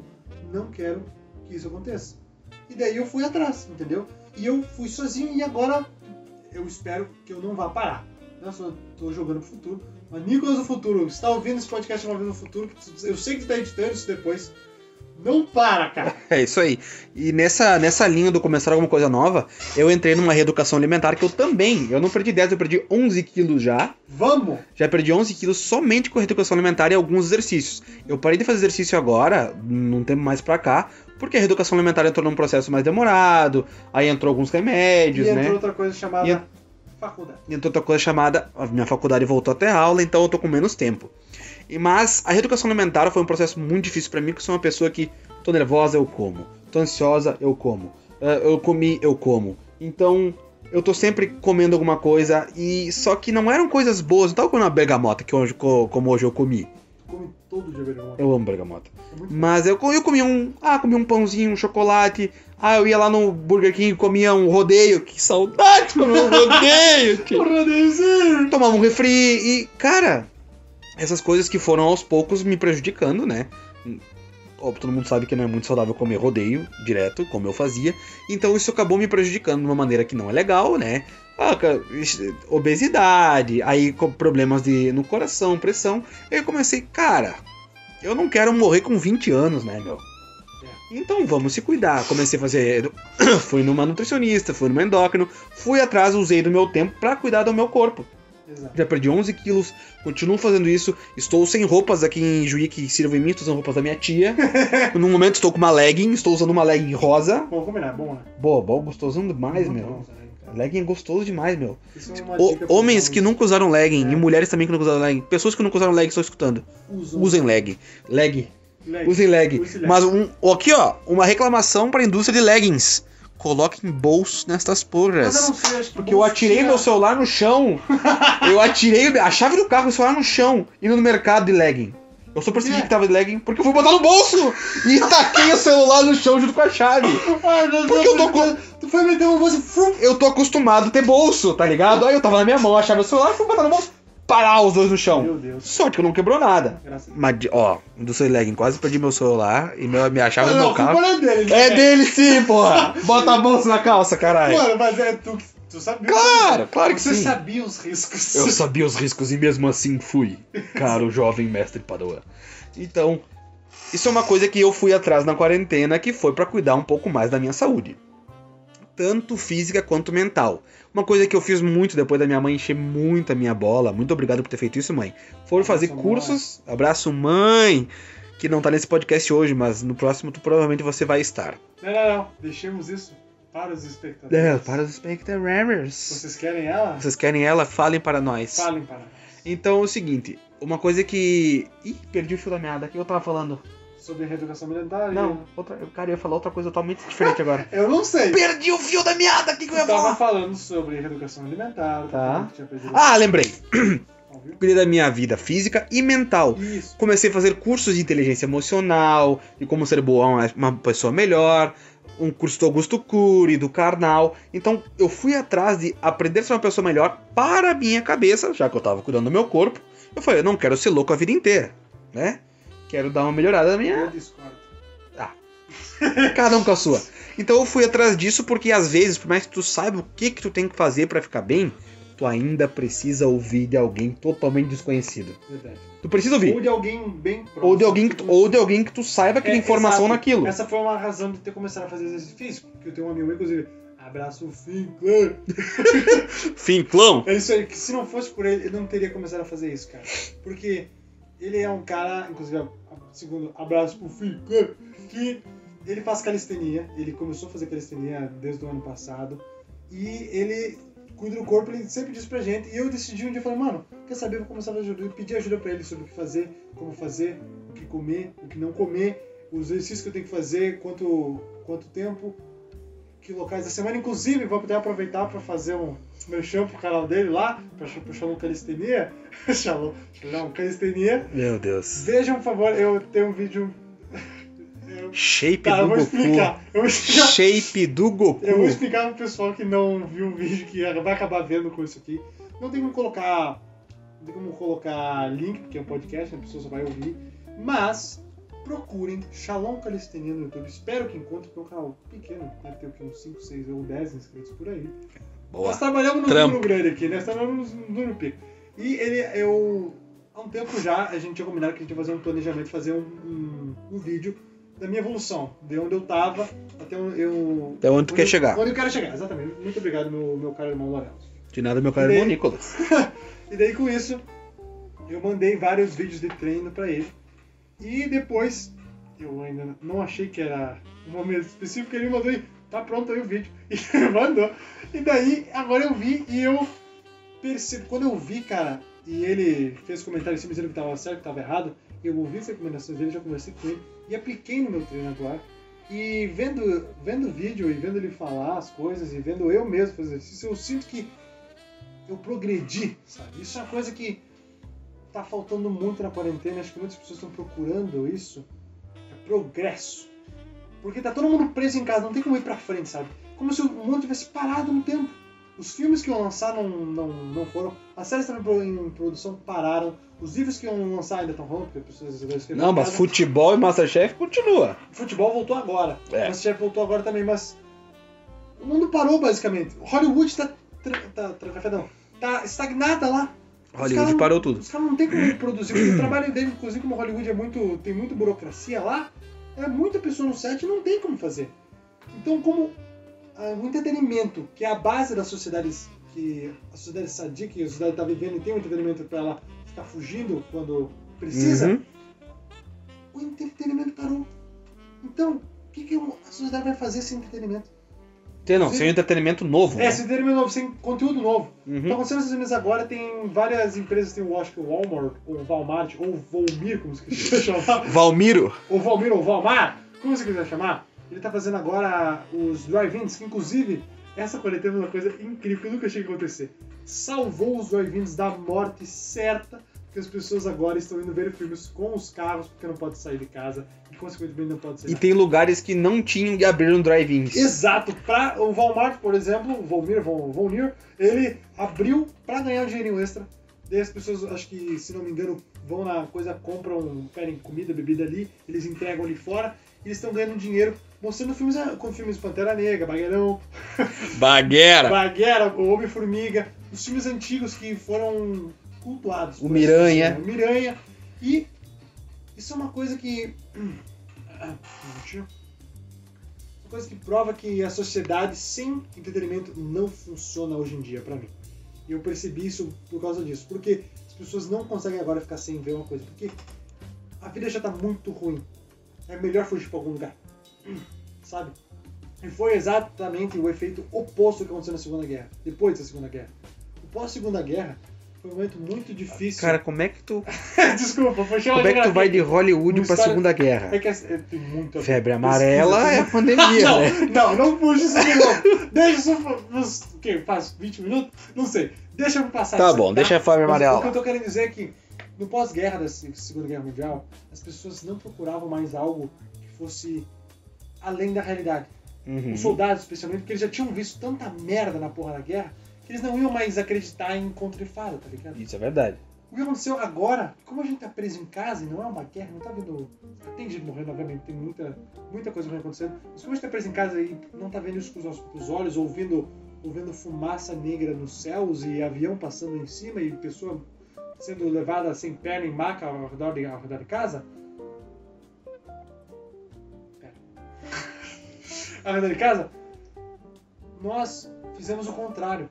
não quero que isso aconteça. E daí eu fui atrás, entendeu? E eu fui sozinho e agora eu espero que eu não vá parar. Eu só tô jogando pro futuro. Mas Nicolas do Futuro, você tá ouvindo esse podcast uma vez no futuro, que tu- eu sei que tu tá editando isso depois. Não para, cara!
É isso aí. E nessa, nessa linha do começar alguma coisa nova, eu entrei numa reeducação alimentar que eu também, eu não perdi 10, eu perdi 11 quilos já.
Vamos!
Já perdi 11 quilos somente com reeducação alimentar e alguns exercícios. Eu parei de fazer exercício agora, num tempo mais pra cá, porque a reeducação alimentar entrou num processo mais demorado, aí entrou alguns remédios,
e
né?
entrou outra coisa chamada
E en-
faculdade.
E então entrou outra coisa chamada. A minha faculdade voltou até aula, então eu tô com menos tempo. E, mas a reeducação alimentar foi um processo muito difícil pra mim, porque eu sou uma pessoa que tô nervosa, eu como. Tô ansiosa, eu como. Ah, eu comi, eu como. Então. Eu tô sempre comendo alguma coisa e só que não eram coisas boas, não tava comendo uma bergamota que hoje, co- como hoje eu comi.
Come todo dia vergonha.
Eu amo bergamota.
É muito
Mas eu, co- eu comia um. Ah, comia um pãozinho, um chocolate. Ah, eu ia lá no Burger King e comia um rodeio. Que saudade de comer um rodeio, tio.
é.
Tomava um refri e, cara, essas coisas que foram aos poucos me prejudicando, né? Ó, todo mundo sabe que não é muito saudável comer rodeio direto, como eu fazia. Então isso acabou me prejudicando de uma maneira que não é legal, né? Ah, ca- ixi, obesidade, aí com problemas de, no coração, pressão. Eu comecei, cara, eu não quero morrer com 20 anos, né, meu? Então vamos se cuidar. Comecei a fazer. <coughs> fui numa nutricionista, fui numa endócrino, fui atrás, usei do meu tempo pra cuidar do meu corpo.
Exato.
Já perdi 11 quilos, continuo fazendo isso. Estou sem roupas aqui em Juí que sirvam em mim, estou usando roupas da minha
<laughs>
tia. no momento estou com uma legging, estou usando uma legging rosa.
Bom, combinar, é bom, né?
Boa, bom, gostosão demais,
Muito
meu.
bom, né, cara?
Legging é gostoso demais, meu.
Isso é uma
O-
dica pra
homens
vocês.
que nunca usaram legging
É.
e mulheres também que nunca usaram legging. Pessoas que nunca usaram legging, estou escutando.
usam.
Usem legging. Leg.
Leg.
Usem legging.
Use leg.
Mas um, aqui, ó, uma reclamação para a indústria de leggings. Coloquem bolso nestas porras.
Mas eu não sei, acho que
Porque eu atirei
bolsinha-
meu
<laughs>
celular no chão. eu atirei a chave do carro e o celular no chão. Indo no mercado de legging. Eu só percebi
É.
que tava de legging porque eu fui botar no bolso. E taquei o celular no chão junto com a chave.
Ah, não,
Porque
não,
eu tô
não, Tu foi meter
um
uma bolsa. frum.
Eu tô acostumado a ter bolso, tá ligado? Aí eu tava na minha mão, a chave do celular, fui botar no bolso. Parar os dois no chão.
Meu Deus.
Sorte que eu não quebrou nada.
Graças a
Mas, de- ó, do seu legging, quase perdi meu celular e meu, minha chave do
Deus.
meu
Não,
carro.
culpa não é dele.
É dele sim, porra! <laughs> Bota a bolsa na calça, caralho.
Mano, mas é tu que. Tu sabia.
Claro, claro que
Você
sim.
sabia os riscos.
Eu sabia os riscos e mesmo assim fui, caro jovem mestre Padoa. Então, isso é uma coisa que eu fui atrás na quarentena, que foi pra cuidar um pouco mais da minha saúde. Tanto física quanto mental. Uma coisa que eu fiz muito depois da minha mãe encher muito a minha bola, muito obrigado por ter feito isso, mãe. Foram fazer
Abraço,
cursos, abraço mãe, que não tá nesse podcast hoje, mas no próximo tu provavelmente você vai estar.
Não, <laughs> não, não. Deixemos isso para os espectadores.
É, para os Spectrators.
Vocês querem ela?
Vocês querem ela? Falem para nós.
Falem para nós.
Então é o seguinte, uma coisa que. Ih, perdi o fio da meada. O que eu tava falando?
Sobre reeducação alimentar.
Não, outra... cara, eu ia falar outra coisa totalmente diferente agora.
Eu não sei.
<laughs> Perdi o fio da meada! O que, que eu
Eu
ia
tava
falar?
falando sobre reeducação alimentar.
Tá.
falando que tinha perdido-
Ah, lembrei.
Ouviu?
Cuidei da minha vida física e mental.
Isso.
Comecei a fazer cursos de inteligência emocional, de como ser boa uma, uma pessoa melhor, um curso do Augusto Cury, do Karnal. Então eu fui atrás de aprender a ser uma pessoa melhor para a minha cabeça, já que eu tava cuidando do meu corpo. Eu falei, eu não quero ser louco a vida inteira, né? Quero dar uma melhorada na minha
Eu discordo.
Cada um com a sua. Então eu fui atrás disso porque às vezes, por mais que tu saiba o que, que tu tem que fazer pra ficar bem, tu ainda precisa ouvir de alguém totalmente desconhecido.
Verdade.
Tu precisa ouvir.
Ou de alguém bem próximo.
Ou de alguém que tu, ou de alguém que tu saiba que tem
É,
informação
exato.
naquilo.
Essa foi uma razão de ter começado a fazer exercício físico, porque eu tenho um amigo, inclusive, Abraço, Fincler.
Finclão!
É isso aí, que se não fosse por ele, ele não teria começado a fazer isso, cara. Porque ele é um cara, inclusive, a- segundo abraço pro Fincler, que ele faz calistenia, ele começou a fazer calistenia desde o ano passado, e ele cuida do corpo, ele sempre diz pra gente, e eu decidi um dia, falei, mano, quer saber, eu vou começar a fazer ajuda, pedir ajuda pra ele sobre o que fazer, como fazer, o que comer, o que não comer, os exercícios que eu tenho que fazer, quanto, quanto tempo, que locais da semana. Inclusive, vou poder aproveitar para fazer um merchan pro canal dele lá, pra ch- pro Shalom Calistenia. <laughs> Shalom, Shalom Calistenia.
Meu Deus.
Vejam, por favor, eu tenho um vídeo. Eu...
Shape
Tá, eu
do
vou
Goku.
explicar. Eu vou explicar.
Shape do Goku.
Eu vou explicar pro pessoal que não viu o vídeo, que vai acabar vendo com isso aqui. Não tem como colocar. Não tem como colocar link, porque é um podcast, a pessoa só vai ouvir. Mas procurem Shalom Calistenia no YouTube. Espero que encontrem, porque é um canal pequeno, deve ter o quê? Uns 5, 6 ou 10 inscritos por aí. Nós
Boa.
trabalhamos no
Trampo.
número grande aqui, né? Nós trabalhamos no número pico. E ele, eu. Há um tempo já, a gente tinha combinado que a gente ia fazer um planejamento, fazer um, um, um vídeo da minha evolução, de onde eu tava até onde eu.
Até onde tu quer
eu-
chegar.
Onde eu quero chegar, exatamente. Muito obrigado, meu, meu caro irmão Lorel.
De nada, meu caro irmão
Ele-
Nicolas.
E daí com isso, eu mandei vários vídeos de treino pra ele. E depois, eu ainda não achei que era um momento específico, ele me mandou e tá pronto aí o vídeo. <laughs> E ele mandou. E daí, agora eu vi e eu percebo. Quando eu vi, cara, e ele fez comentário em cima dizendo que tava certo, que tava errado, eu ouvi as recomendações dele, já conversei com ele e apliquei no meu treino agora. E vendo, vendo o vídeo e vendo ele falar as coisas e vendo eu mesmo fazer exercício, eu sinto que eu progredi, sabe? Isso é uma coisa que tá faltando muito na quarentena, acho que muitas pessoas estão procurando isso. É progresso. Porque tá todo mundo preso em casa, não tem como ir pra frente, sabe? Como se o mundo tivesse parado no tempo. Os filmes que iam lançar não, não, não foram, as séries que estavam em produção pararam, os livros que iam lançar ainda estão rolando, porque as pessoas resolveram escrever
Não,
em
mas
casa.
futebol e Masterchef continua.
Futebol voltou agora.
É.
Masterchef voltou agora também, mas. O mundo parou, basicamente. Hollywood tá. tra- tá, tra- café não. tá estagnada lá.
Hollywood parou tudo.
Os caras não tem como produzir. porque O trabalho dele, inclusive, como Hollywood é muito. tem muita burocracia lá, é muita pessoa no set e não tem como fazer. Então, como ah, o entretenimento, que é a base das sociedades que a sociedade sadia que a sociedade tá vivendo e tem um entretenimento para ela ficar fugindo quando precisa,
Uhum.
o entretenimento parou. Então, o que, que a sociedade vai fazer sem entretenimento?
Tem não,
Sim.
sem entretenimento novo.
É,
né?
sem entretenimento novo, sem conteúdo novo. Tá
Uhum.
acontecendo nos Estados Unidos agora, tem várias empresas, tem o, acho que o Walmart, ou o Walmart, ou o Volmir, como se quiser <laughs> chamar,
Valmiro.
ou Valmir, ou Walmart, como se quiser chamar, ele tá fazendo agora os drive-ins, que inclusive, essa quarentena é uma coisa incrível que eu nunca achei que ia acontecer. Salvou os drive-ins da morte certa, porque as pessoas agora estão indo ver filmes com os carros, porque não pode sair de casa, e consequentemente não pode sair
E
da
tem lugares que um não tinham e abriram drive-ins.
Exato. Pra, o Walmart, por exemplo, o Volmir, Vol- Volnir, ele abriu pra ganhar um dinheirinho extra. Daí as pessoas, acho que, se não me engano, vão na coisa, compram, pedem comida, bebida ali, eles entregam ali fora, e eles estão ganhando dinheiro mostrando filmes ah, com filmes Pantera Negra, <laughs> Bagueirão,
Baguera.
Baguera, o Homem-Formiga, os filmes antigos que foram cultuados.
O
por
Miranha.
essa cena, O Miranha. E isso é uma coisa que. Ah, um minutinho. Uma coisa que prova que a sociedade sem entretenimento não funciona hoje em dia, pra mim. E eu percebi isso por causa disso. Porque as pessoas não conseguem agora ficar sem ver uma coisa. Porque a vida já tá muito ruim. É melhor fugir pra algum lugar. <clears throat> Sabe? E foi exatamente o efeito oposto que aconteceu na Segunda Guerra, depois da Segunda Guerra. O pós-Segunda Guerra foi um momento muito difícil.
Cara, como é que tu,
<laughs> desculpa, foi chamar
como é que tu vai de Hollywood
Uma
pra
história-
Segunda
É
Guerra?
que é- é- tem muita
Febre amarela é a pandemia, né?
Não, não puxa isso de novo. Deixa isso. nos- O que? Faz 20 minutos? Não sei. Deixa eu passar
Tá
isso,
bom, deixa a febre
Mas
amarela.
O que eu
lá.
tô querendo dizer é que no pós-guerra da Se- Segunda Guerra Mundial, as pessoas não procuravam mais algo que fosse além da realidade.
Uhum.
Os soldados, especialmente, porque eles já tinham visto tanta merda na porra da guerra que eles não iam mais acreditar em conto de fada, tá ligado?
Isso é verdade.
O que aconteceu agora, como a gente tá preso em casa e não é uma guerra, não tá vendo. Tem gente morrendo, obviamente, tem muita, muita coisa ruim acontecendo, mas como a gente tá preso em casa e não tá vendo isso com os nossos com os olhos, ouvindo, ouvindo fumaça negra nos céus e avião passando em cima e pessoa sendo levada sem perna e maca ao redor de, ao redor de casa. <laughs> Pera. ao redor de casa. nós fizemos o contrário.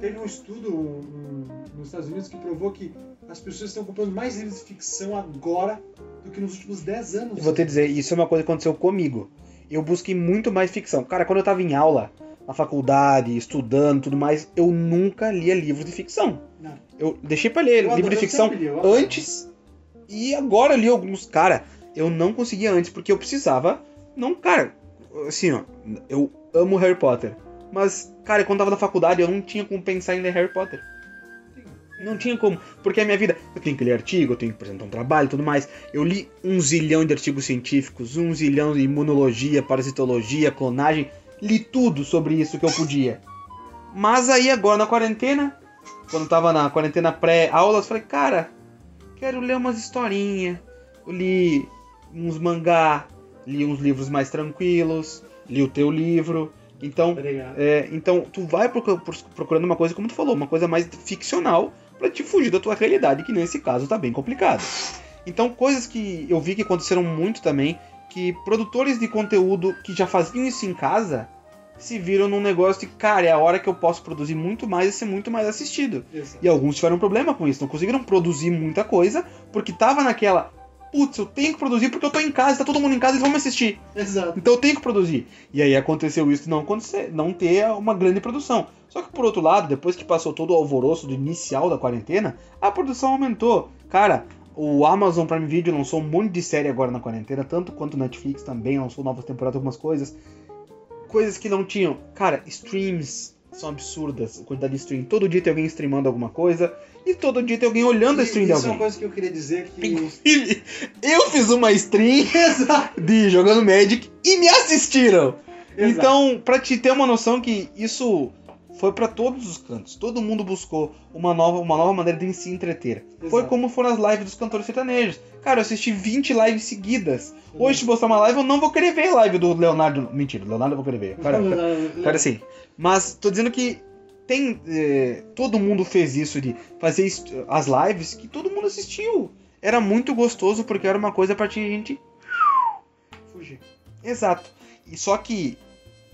Teve um estudo um, um, nos Estados Unidos que provou que as pessoas estão comprando mais livros de ficção agora do que nos últimos 10 anos.
E vou te dizer, isso é uma coisa que aconteceu comigo. Eu busquei muito mais ficção. Cara, quando eu tava em aula, na faculdade, estudando tudo mais, eu nunca lia livro de ficção.
Não.
Eu deixei pra ler
Eu adoro,
livro de
eu
ficção
sempre li, eu adoro.
antes e agora li alguns. Cara, eu não conseguia antes porque eu precisava. Não, cara, assim, ó, eu amo Harry Potter. Mas, cara, quando tava na faculdade, eu não tinha como pensar em ler Harry Potter. Não tinha como, porque a minha vida, eu tenho que ler artigo, eu tenho que apresentar um trabalho e tudo mais. Eu li um zilhão de artigos científicos, um zilhão de imunologia, parasitologia, clonagem, li tudo sobre isso que eu podia. Mas aí agora na quarentena, quando eu tava na quarentena pré-aulas, eu falei, cara, quero ler umas historinhas. Eu li uns mangá, li uns livros mais tranquilos, li o teu livro. Então,
Obrigado.
é, então, tu vai procu- pros- procurando uma coisa, como tu falou, uma coisa mais ficcional pra te fugir da tua realidade, que nesse caso tá bem complicado. Então, coisas que eu vi que aconteceram muito também, que produtores de conteúdo que já faziam isso em casa se viram num negócio de, cara, é a hora que eu posso produzir muito mais e ser muito mais assistido.
Exato.
E alguns tiveram um problema com isso, não conseguiram produzir muita coisa, porque tava naquela, putz, eu tenho que produzir porque eu tô em casa, tá todo mundo em casa, eles vão me assistir.
Exato.
Então eu tenho que produzir. E aí aconteceu isso de não acontecer, não ter uma grande produção. Só que por outro lado, depois que passou todo o alvoroço do inicial da quarentena, a produção aumentou. Cara, o Amazon Prime Video lançou um monte de série agora na quarentena, tanto quanto o Netflix também lançou novas temporadas, algumas coisas. Coisas que não tinham. Cara, streams são absurdas, a quantidade de stream. Todo dia tem alguém streamando alguma coisa e todo dia tem alguém olhando a
E-
stream de
isso é uma
alguém.
coisa que eu queria dizer que.
<laughs> Eu fiz uma stream
<laughs> Exato.
de jogando Magic e me assistiram.
Exato.
Então, pra te ter uma noção que isso foi pra todos os cantos. Todo mundo buscou uma nova, uma nova maneira de se entreter. Foi
Exato.
como foram as lives dos cantores sertanejos. Cara, eu assisti 20 lives seguidas.
Exato.
Hoje, se postar uma live, eu não vou querer ver live do Leonardo. Mentira, Leonardo eu vou querer ver. Cara,
Não,
cara,
não, não, não.
cara sim. Mas tô dizendo que tem. eh, todo mundo fez isso de fazer est- as lives que todo mundo assistiu. Era muito gostoso porque era uma coisa pra ti- gente
Fugir.
Exato. E só que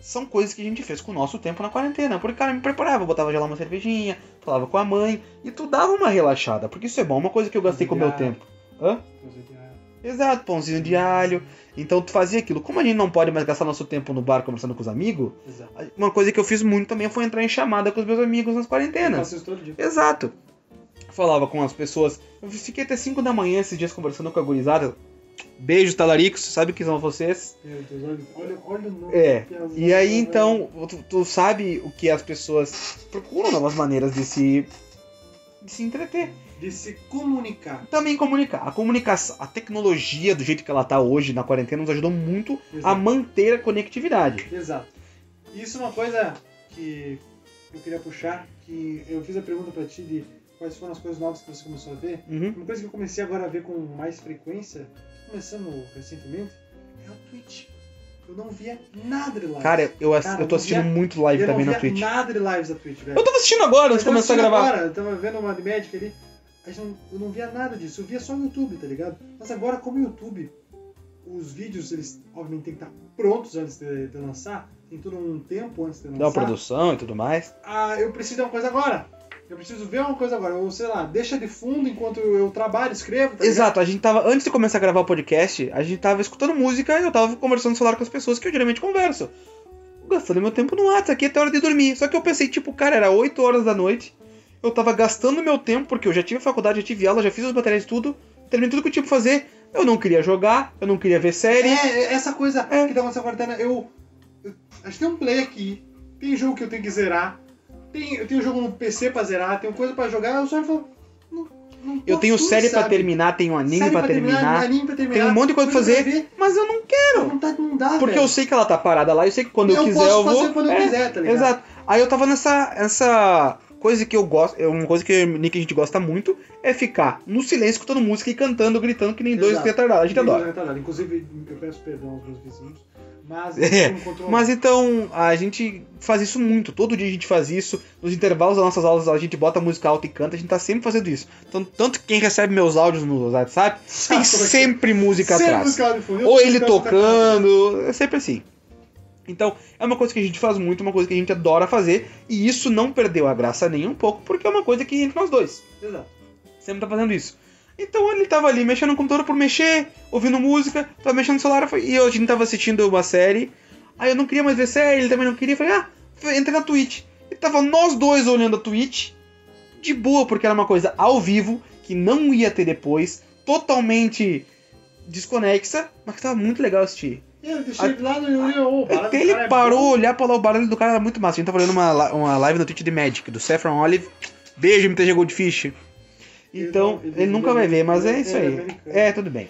são coisas que a gente fez com o nosso tempo na quarentena. Porque, cara, eu me preparava, eu botava gelar uma cervejinha, falava com a mãe, e tu dava uma relaxada. Porque isso é bom, uma coisa que eu gastei com o meu
Obrigado.
tempo. Hã? Exato, pãozinho de alho. Então tu fazia aquilo. Como a gente não pode mais gastar nosso tempo no bar conversando com os amigos,
Exato.
uma coisa que eu fiz muito também foi entrar em chamada com os meus amigos nas
Eu
quarentenas.
faço isso todo dia.
Exato. Falava com as pessoas. Eu fiquei até 5 da manhã esses dias conversando com a gurizada. Beijos, talaricos, sabe que são vocês.
Meu Deus, olha- olha, olha o nome.
É,
que as-
E aí então, tu, tu sabe o que as pessoas procuram novas maneiras de se de se entreter,
De se comunicar.
também comunicar. A comunicação, a tecnologia do jeito que ela tá hoje na quarentena nos ajudou muito a
Exato.
manter a conectividade.
Exato. Isso é uma coisa que eu queria puxar, que eu fiz a pergunta pra ti de quais foram as coisas novas que você começou a ver.
Uhum.
Uma coisa que eu comecei agora a ver com mais frequência, começando recentemente, é o Twitch. Eu não via nada de live.
Cara, eu, ass-
Cara,
eu tô
eu
assistindo
via-
muito live
eu não
também
via
na Twitch.
nada de lives da Twitch, velho.
Eu tava assistindo agora, antes de
Eu tava
começar a
assistindo
gravar.
Agora, eu tava vendo uma de Magic ali, a gente não, eu não via nada disso, eu via só no YouTube, tá ligado? Mas agora, como o YouTube, os vídeos, eles obviamente tem que estar prontos antes de, de lançar, tem todo um tempo antes de lançar.
Dá uma produção e tudo mais.
Ah, eu preciso de uma coisa agora. Eu preciso ver uma coisa agora. Ou sei lá, deixa de fundo enquanto eu trabalho, escrevo. Tá ligado?
Exato, a gente tava. Antes de começar a gravar o podcast, a gente tava escutando música e eu tava conversando no celular com as pessoas que eu geralmente converso. Gastando meu tempo no WhatsApp aqui até a hora de dormir. Só que eu pensei, tipo, cara, era 8 horas da noite. Eu tava gastando meu tempo, porque eu já tive faculdade, já tive aula, já fiz as baterias de tudo, terminei tudo que eu tinha pra fazer. Eu não queria jogar, eu não queria ver série.
É, é essa coisa
É.
que tá acontecendo na quarentena. Eu, eu- Acho que tem um play aqui. Tem jogo que eu tenho que zerar. Tem, eu tenho jogo no PC pra zerar. Tenho coisa pra jogar. Eu só falo. Não, não tô
eu tenho
afim,
série pra
sabe?
terminar, tenho anime
Série
pra terminar,
anime pra terminar.
tem um monte de coisa pra fazer,
ver,
mas eu não quero.
a vontade não dá,
Porque
velho.
eu sei que ela tá parada lá, eu sei que quando eu,
eu
quiser
posso
eu vou.
fazer quando eu
É.
quiser, tá ligado?
Exato. Aí eu tava nessa essa coisa que eu gosto, é uma coisa que eu e o Nick a gente gosta muito, é ficar no silêncio escutando música e cantando, gritando que nem dois
Exato.
retardados. A gente adora.
Retardado. Inclusive, eu peço perdão aos meus vizinhos. Mas
É,
eu encontro- <laughs>
Mas então, a gente faz isso muito. Todo dia a gente faz isso. Nos intervalos das nossas aulas, a gente bota música alta e canta. A gente tá sempre fazendo isso. Então, tanto que quem recebe meus áudios no WhatsApp, tem
como é que-
sempre música
Sempre
atrás.
música lá de fundo, Tipo, eu
Ou
tô
ele
tocando,
tocando, é sempre assim. Então, é uma coisa que a gente faz muito, uma coisa que a gente adora fazer, e isso não perdeu a graça nem um pouco, porque é uma coisa que é entre nós dois
Exato.
sempre tá fazendo isso. Então ele tava ali mexendo no computador por mexer, ouvindo música, tava mexendo no celular, foi- e eu, a gente tava assistindo uma série, aí eu não queria mais ver série, ele também não queria, eu falei, ah, f- entrei na Twitch. E tava nós dois olhando a Twitch, de boa, porque era uma coisa ao vivo, que não ia ter depois, totalmente desconexa, mas que tava muito legal assistir.
E eu deixei lá no Yuri, ô, baralho do
Até ele
cara é
parou,
bom.
olhar pra lá, o barulho do cara era muito massa. A gente tava olhando uma, la- uma live no Twitch de Magic, do Saffron Olive. Beijo, MTG Goldfish.
Ele
Então,
não-
ele,
ele
nunca vai ver, mas é
ele- ele
isso
é
aí.
americano.
É, tudo bem.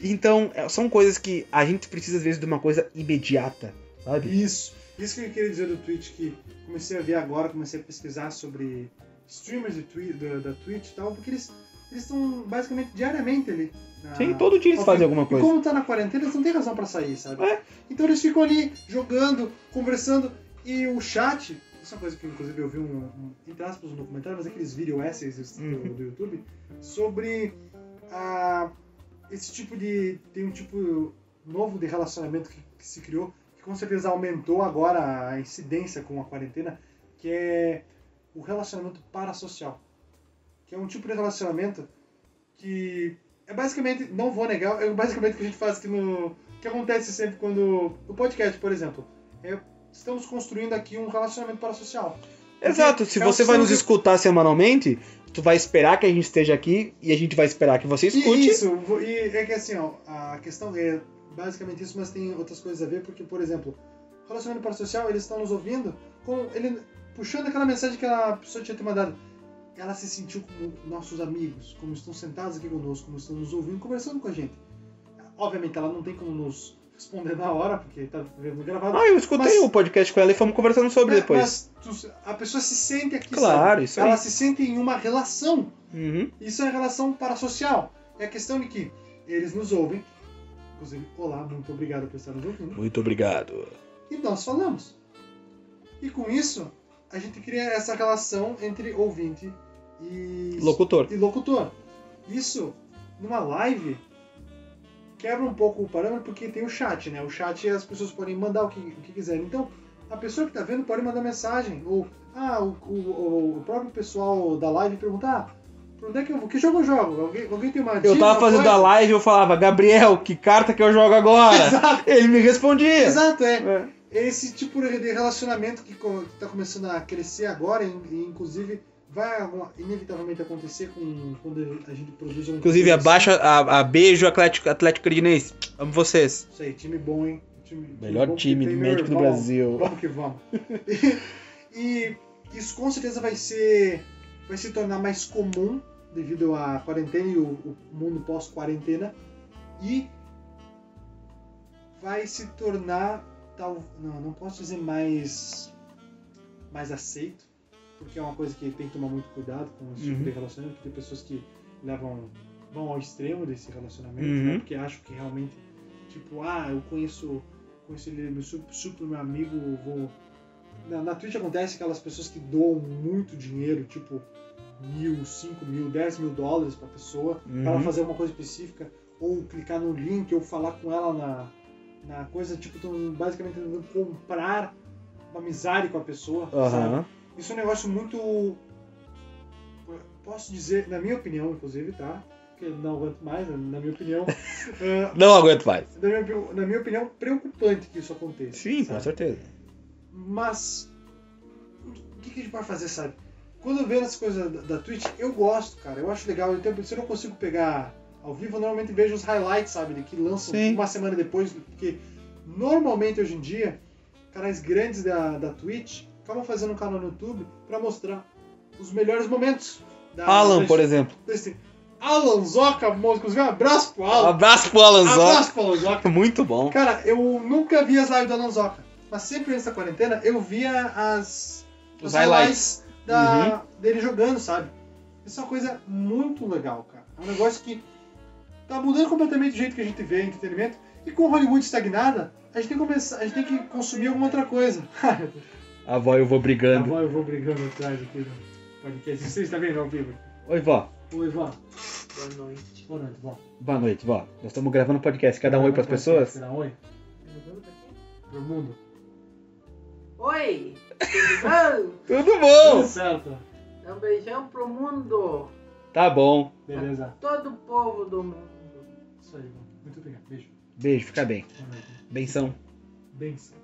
Então, é, são coisas que a gente precisa, às vezes, de uma coisa imediata, sabe?
Isso. Isso que eu queria dizer do Twitch, que comecei a ver agora, comecei a pesquisar sobre streamers de Twi- da, da Twitch e tal, porque eles eles estão basicamente diariamente ali. na-
Sim, todo dia eles
ao
fazem
vivo.
alguma coisa.
E como tá na quarentena, eles não têm razão pra sair, sabe?
É.
Então eles ficam ali jogando, conversando, e o chat, isso é uma coisa que inclusive eu vi um, um entre aspas, um documentário, mas aqueles video essays do,
Uhum.
do YouTube, sobre ah, esse tipo de. tem um tipo novo de relacionamento que, que se criou, que com certeza aumentou agora a incidência com a quarentena, que é o relacionamento parasocial. Que é um tipo de relacionamento que é basicamente, não vou negar, é basicamente o que a gente faz aqui no. que acontece sempre quando. O podcast, por exemplo. é- estamos construindo aqui um relacionamento parasocial.
Exato, se
É o
você vai
som
nos
que-
escutar semanalmente, tu vai esperar que a gente esteja aqui e a gente vai esperar que você
E
escute.
isso, vo- e é que assim, ó, a questão é basicamente isso, mas tem outras coisas a ver, porque, por exemplo, relacionamento parasocial, eles estão nos ouvindo, com ele puxando aquela mensagem que a pessoa tinha te mandado. Ela se sentiu como nossos amigos, como estão sentados aqui conosco, como estão nos ouvindo, conversando com a gente. Obviamente, ela não tem como nos responder na hora, porque tá vendo gravado.
Ah, eu escutei
Mas-
o podcast com ela e fomos conversando sobre
Mas-
depois.
mas tu- a pessoa se sente aqui,
Claro,
sabe?
isso aí.
Ela se sente em uma relação.
Uhum.
Isso é relação parasocial. É a questão de que eles nos ouvem. Inclusive, olá, muito obrigado por estar nos ouvindo.
Muito obrigado.
E nós falamos. E com isso, a gente cria essa relação entre ouvinte e,
Locutor.
e locutor. Isso, numa live, quebra um pouco o parâmetro porque tem o chat, né? O chat as pessoas podem mandar o que, o que quiserem. Então, a pessoa que tá vendo pode mandar mensagem. Ou, ah, o, o- o próprio pessoal da live perguntar, ah, por onde é que eu vou? Que jogo eu jogo? Alguém, alguém tem uma dica,
Eu tava
uma
fazendo
coisa?"
a live e eu falava, Gabriel, que carta que eu jogo agora?
Exato,
Ele me respondia.
exato, é.
É.
esse tipo de relacionamento que está começando a crescer agora, e e inclusive vai alguma- inevitavelmente acontecer com, quando a gente produz um.
Inclusive, abaixa, a, a beijo Atlético, Atlético Credinense. Amo vocês.
Isso aí, time bom, hein? Time, time
Melhor
bom que
time
tem
de
meu
médico do
irmão.
Brasil.
Vamos que vamos. <laughs> e isso com certeza vai ser. Vai se tornar mais comum devido à quarentena e o, o mundo pós-quarentena. E vai se tornar tal. Não, não posso dizer mais. mais aceito. Porque é uma coisa que tem que tomar muito cuidado com esse tipo
Uhum.
de relacionamento, porque tem pessoas que levam. vão ao extremo desse relacionamento,
Uhum.
né? Porque acham que realmente, tipo, ah, eu conheço conheci ele, meu su- super meu amigo, vou. Na, na Twitch acontece aquelas pessoas que doam muito dinheiro, tipo mil, cinco mil, dez mil dólares pra pessoa,
Uhum.
pra ela fazer alguma coisa específica, ou clicar no link, ou falar com ela na, na coisa, tipo, tão basicamente tentando comprar uma amizade com a pessoa, sabe?
Aham.
Isso é um negócio muito. Posso dizer, na minha opinião, inclusive, tá? Porque eu não aguento mais, na- na minha
<laughs>
opinião. eh,
Não aguento mais.
na minha, opi- na minha opinião, preocupante que isso aconteça.
Sim, com
sabe?
certeza.
Mas o que, que a gente pode fazer, sabe? Quando eu vejo essas coisas da, da Twitch, eu gosto, cara. Eu acho legal. Então, se eu não consigo pegar ao vivo, eu normalmente vejo os highlights, sabe? de Que lançam
Sim.
uma semana depois. Porque normalmente hoje em dia, canais grandes da, da Twitch acabam fazendo um canal no YouTube pra mostrar os melhores momentos. Da,
Alan,
da-
por exemplo.
desse- Alan Zoca, mo- inclusive, um abraço pro Alan.
Abraço pro Alan Zoc.
Abraço pro Alan Zoca.
Muito bom.
Cara, eu nunca vi as lives da Lanzoca. Mas sempre antes da quarentena eu via as.
Os highlights. Uhum.
da- dele jogando, sabe? Isso é uma coisa muito legal, cara. É um negócio que tá mudando completamente o jeito que a gente vê entretenimento. E com Hollywood estagnada, a gente tem que, começar, a gente tem que consumir alguma outra coisa. <laughs>
A vó, eu vou
Tá
brigando.
bom, eu vou brigando atrás aqui do podcast. Vocês estão vendo ao vivo?
Oi, vó.
Oi, Ivan.
Boa noite.
Boa noite, bom. um
Boa noite, um vó. Nós estamos gravando podcast. Quer dar um oi pras pessoas?
Dá um oi
Tá jogando daqui?
pro mundo.
Oi, tudo
Tudo bom!
Tudo certo.
bom? <laughs> Um beijão pro mundo,
Tá bom.
Beleza.
todo o povo do mundo.
Isso aí, mano. Muito obrigado. Beijo.
Beijo, fica bem.
Boa noite.
Benção.
Benção.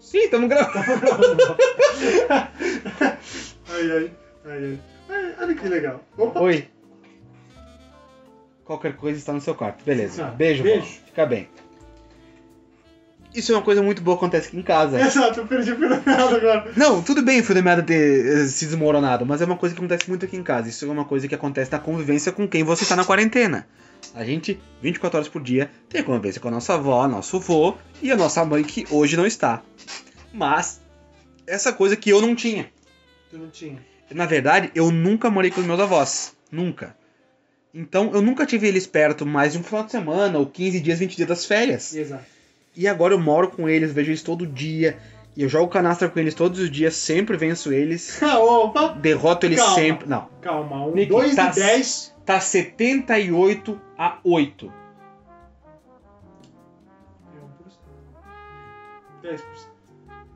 Sim, tamo
Tá
gravando.
Ai, ai. Ai, ai. Ai, Olha que legal. Opa.
Oi. Qualquer coisa está no seu quarto. Beleza.
Ah,
Beijo,
beijo.
Paulo. Fica bem. Isso é uma coisa muito boa que acontece aqui em casa.
Exato, eu perdi pelo nada agora.
Não, tudo bem o fio da meada ter eh, se desmoronado, mas é uma coisa que acontece muito aqui em casa. Isso é uma coisa que acontece na convivência com quem você está na quarentena. A gente, 24 horas por dia, tem convivência com a nossa avó, nosso avô e a nossa mãe, que hoje não está. Mas, essa coisa que eu não tinha.
Tu não tinha.
Na verdade, eu nunca morei com os meus avós. Nunca. Então, eu nunca tive eles perto mais de um final de semana, ou 15 dias, 20 dias das férias.
Exato.
E agora eu moro com eles, vejo eles todo dia. E eu jogo canastra com eles todos os dias, sempre venço eles.
Ah, Opa,
Derroto eles
Calma.
sempre. Não.
calma. Um,
Nick,
dois
tá-
e dez.
Tá 78 a 8.
É 10%.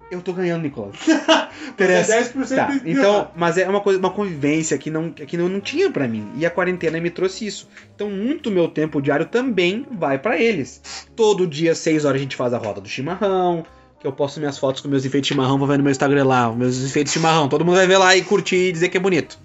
Eu tô ganhando, Nicolas.
Mas
Interessa.
é 10%
Tá,
de-
então, mas é uma coisa, uma convivência que não, que não, não tinha pra mim. E a quarentena me trouxe isso. Então, muito meu tempo diário também vai pra eles. Todo dia, 6 horas, a gente faz a roda do chimarrão. Que eu posto minhas fotos com meus enfeites de chimarrão, vou ver no meu Instagram lá, os meus enfeites de chimarrão. Todo mundo vai ver lá e curtir e dizer que é bonito.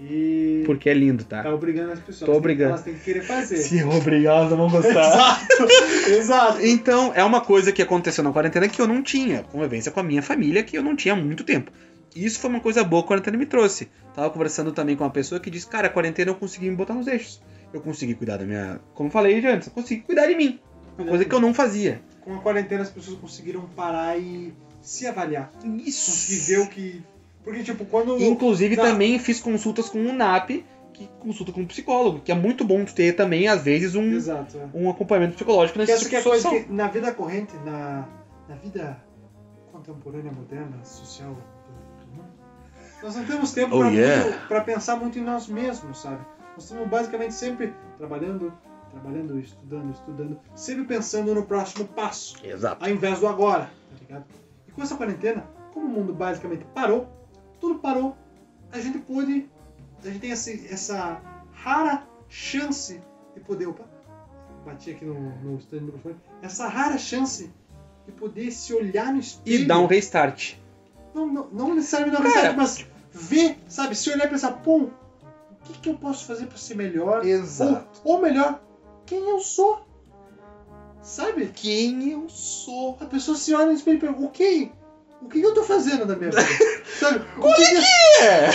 E.
Porque é lindo, tá?
Tá obrigando as pessoas.
Tô obrigando.
Elas têm que querer fazer.
Se eu obrigar, elas não vão gostar.
Exato. Exato.
então, é uma coisa que aconteceu na quarentena que eu não tinha. Convivência com a minha família, que eu não tinha há muito tempo. E Isso foi uma coisa boa que a quarentena me trouxe. Tava conversando também com uma pessoa que disse, cara, a quarentena eu consegui me botar nos eixos. Eu consegui cuidar da minha... Como eu falei antes, eu consegui cuidar de mim. Uma coisa que eu não fazia.
Com a quarentena as pessoas conseguiram parar e se avaliar. Conseguir ver
Isso.
o que. Porque, tipo, quando.
Inclusive,
Não.
também fiz consultas com um o NAP, que consulta com um psicólogo, que é muito bom tu ter também, às vezes, um,
Exato. é.
um acompanhamento psicológico
Porque
nesse
essa
tipo
que é
de
a coisa
situação.
que na vida corrente, na, na vida contemporânea, moderna, social do- do mundo, nós não temos tempo
Oh,
pra
yeah.
muito- pra pensar muito em nós mesmos, sabe? Nós estamos basicamente sempre trabalhando, trabalhando, estudando, estudando, sempre pensando no próximo passo
Exato.
ao invés do agora, tá ligado? E com essa quarentena, como o mundo basicamente parou, tudo parou, a gente pôde, a gente tem esse- essa rara chance de poder, opa, bati aqui no, no stand do microfone, essa rara chance de poder se olhar no espelho.
E dá um restart.
Não, não, não necessariamente dar um
Cara,
restart, mas ver, sabe, se olhar e pensar, pô, o que, que eu posso fazer pra ser melhor? Ou,
Exato.
ou melhor, quem eu sou? Sabe?
Quem eu sou?
A pessoa se olha no espelho e pergunta, o que? O que que eu tô fazendo da <laughs> minha vida? Sabe? O que, que,
É!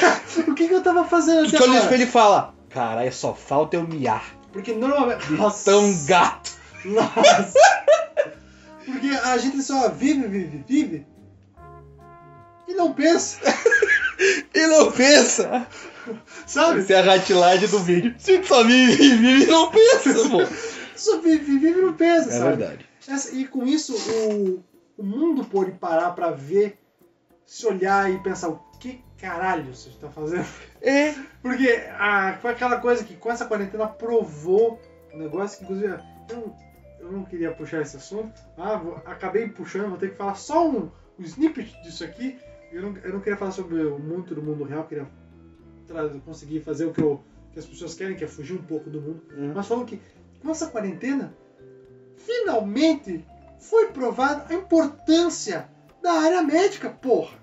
<laughs> o que que eu tava fazendo até
Tu olha no
agora?
espelho e fala: Caralho, só falta eu miar.
Porque normalmente... Nossa!
Tão gato.
<laughs> Nossa! Porque a gente só vive, vive, vive e não pensa, <laughs>
E não pensa!
sabe?
Essa é a ratilagem do vídeo. Se tu só vive, vive e não pensa, pô.
Só vive, vive e não pensa, <laughs>
É
sabe?
verdade.
Essa- e com isso, o, o mundo pôde parar pra ver, se olhar e pensar, o que caralho você tá fazendo?
É.
Porque ah, foi aquela coisa que com essa quarentena provou um negócio que, inclusive, eu, eu não queria puxar esse assunto. Ah, vou- acabei puxando, vou ter que falar só um, um snippet disso aqui. Eu não, eu não queria falar sobre o- muito do mundo real, queria tra- conseguir fazer o que, eu- que as pessoas querem, que é fugir um pouco do mundo.
Uhum.
Mas falando que com essa quarentena, finalmente foi provada a importância da área médica, porra!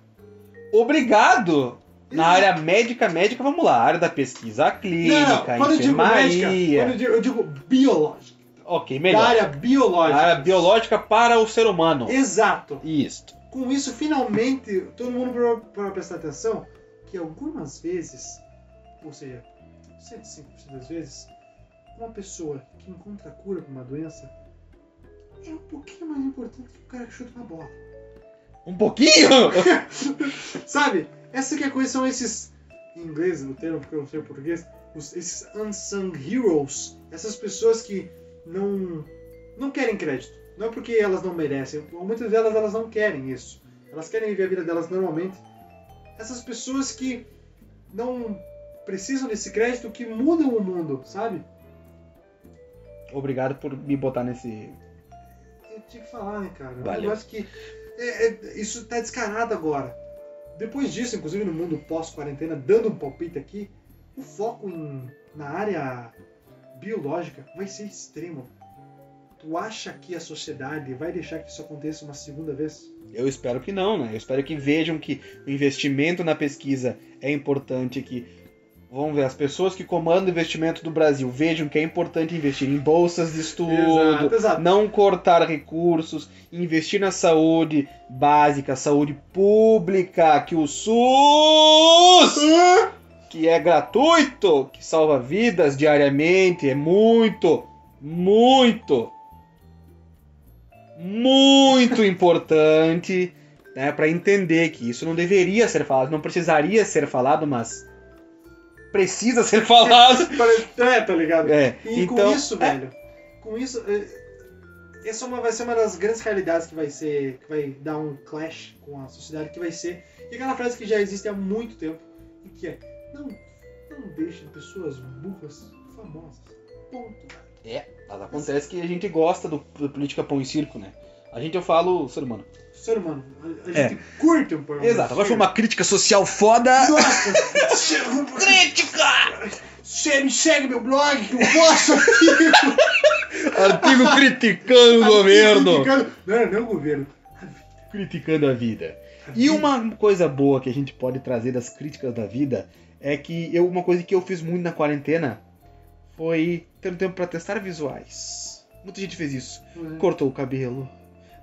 Obrigado! Na área médica, médica, vamos lá. Área da pesquisa clínica,
quando eu digo médica, quando
enfermaria.
eu digo, eu digo biológica.
Ok,
da
melhor.
área biológica.
área biológica para o ser humano.
Exato.
Isto.
Com isso, finalmente, todo mundo parou para prestar atenção que algumas vezes, ou seja, 105% das vezes, uma pessoa que encontra a cura para uma doença é um pouquinho mais importante que o cara que chuta uma bola.
Um pouquinho?
Sabe? Essa que é a coisa são esses. Em inglês, no termo, porque eu não sei o português. os- esses unsung heroes. Essas pessoas que não. Não querem crédito. Não é porque elas não merecem. ou Muitas delas elas não querem isso. Elas querem viver a vida delas normalmente. Essas pessoas que não precisam desse crédito, que mudam o mundo, sabe?
<laughs> Obrigado por me botar nesse.
Eu tinha que falar, né, cara? É Um
Valeu.
negócio que é- é- isso tá descarado agora. Depois disso, inclusive no mundo pós-quarentena, dando um palpite aqui, o foco em- na área biológica vai ser extremo. Tu acha que a sociedade vai deixar que isso aconteça uma segunda vez?
Eu espero que não, né? Eu espero que vejam que o investimento na pesquisa é importante, que vamos ver, as pessoas que comandam o investimento do Brasil vejam que é importante investir em bolsas de estudo,
Exato, exato.
não cortar recursos, investir na saúde básica, saúde pública, que o SUS, que é gratuito, que salva vidas diariamente, é muito, muito, muito importante, né, para entender que isso não deveria ser falado, não precisaria ser falado, mas precisa ser <laughs> falado.
É, tá ligado?
É,
E
então,
com isso, velho, com isso, é, essa é uma, vai ser uma das grandes realidades que vai ser, que vai dar um clash com a sociedade, que vai ser e aquela frase que já existe há muito tempo, e que é, não, não deixem pessoas burras famosas. Ponto.
Mas acontece que a gente gosta do, do política pão e circo, né? A gente, eu falo, ser humano.
Ser humano, a, a gente curte um pornô.
É. Exato, agora foi uma crítica social foda.
Nossa!
Crítica!
Você me segue meu blog, que eu
<laughs>
posto aqui!
Artigo criticando o governo.
Criticando- Não, não é o governo.
Criticando a vida. E uma coisa boa que a gente pode trazer das críticas da vida é que eu, uma coisa que eu fiz muito na quarentena foi ter um tempo pra testar visuais. Muita gente fez isso. Cortou o cabelo,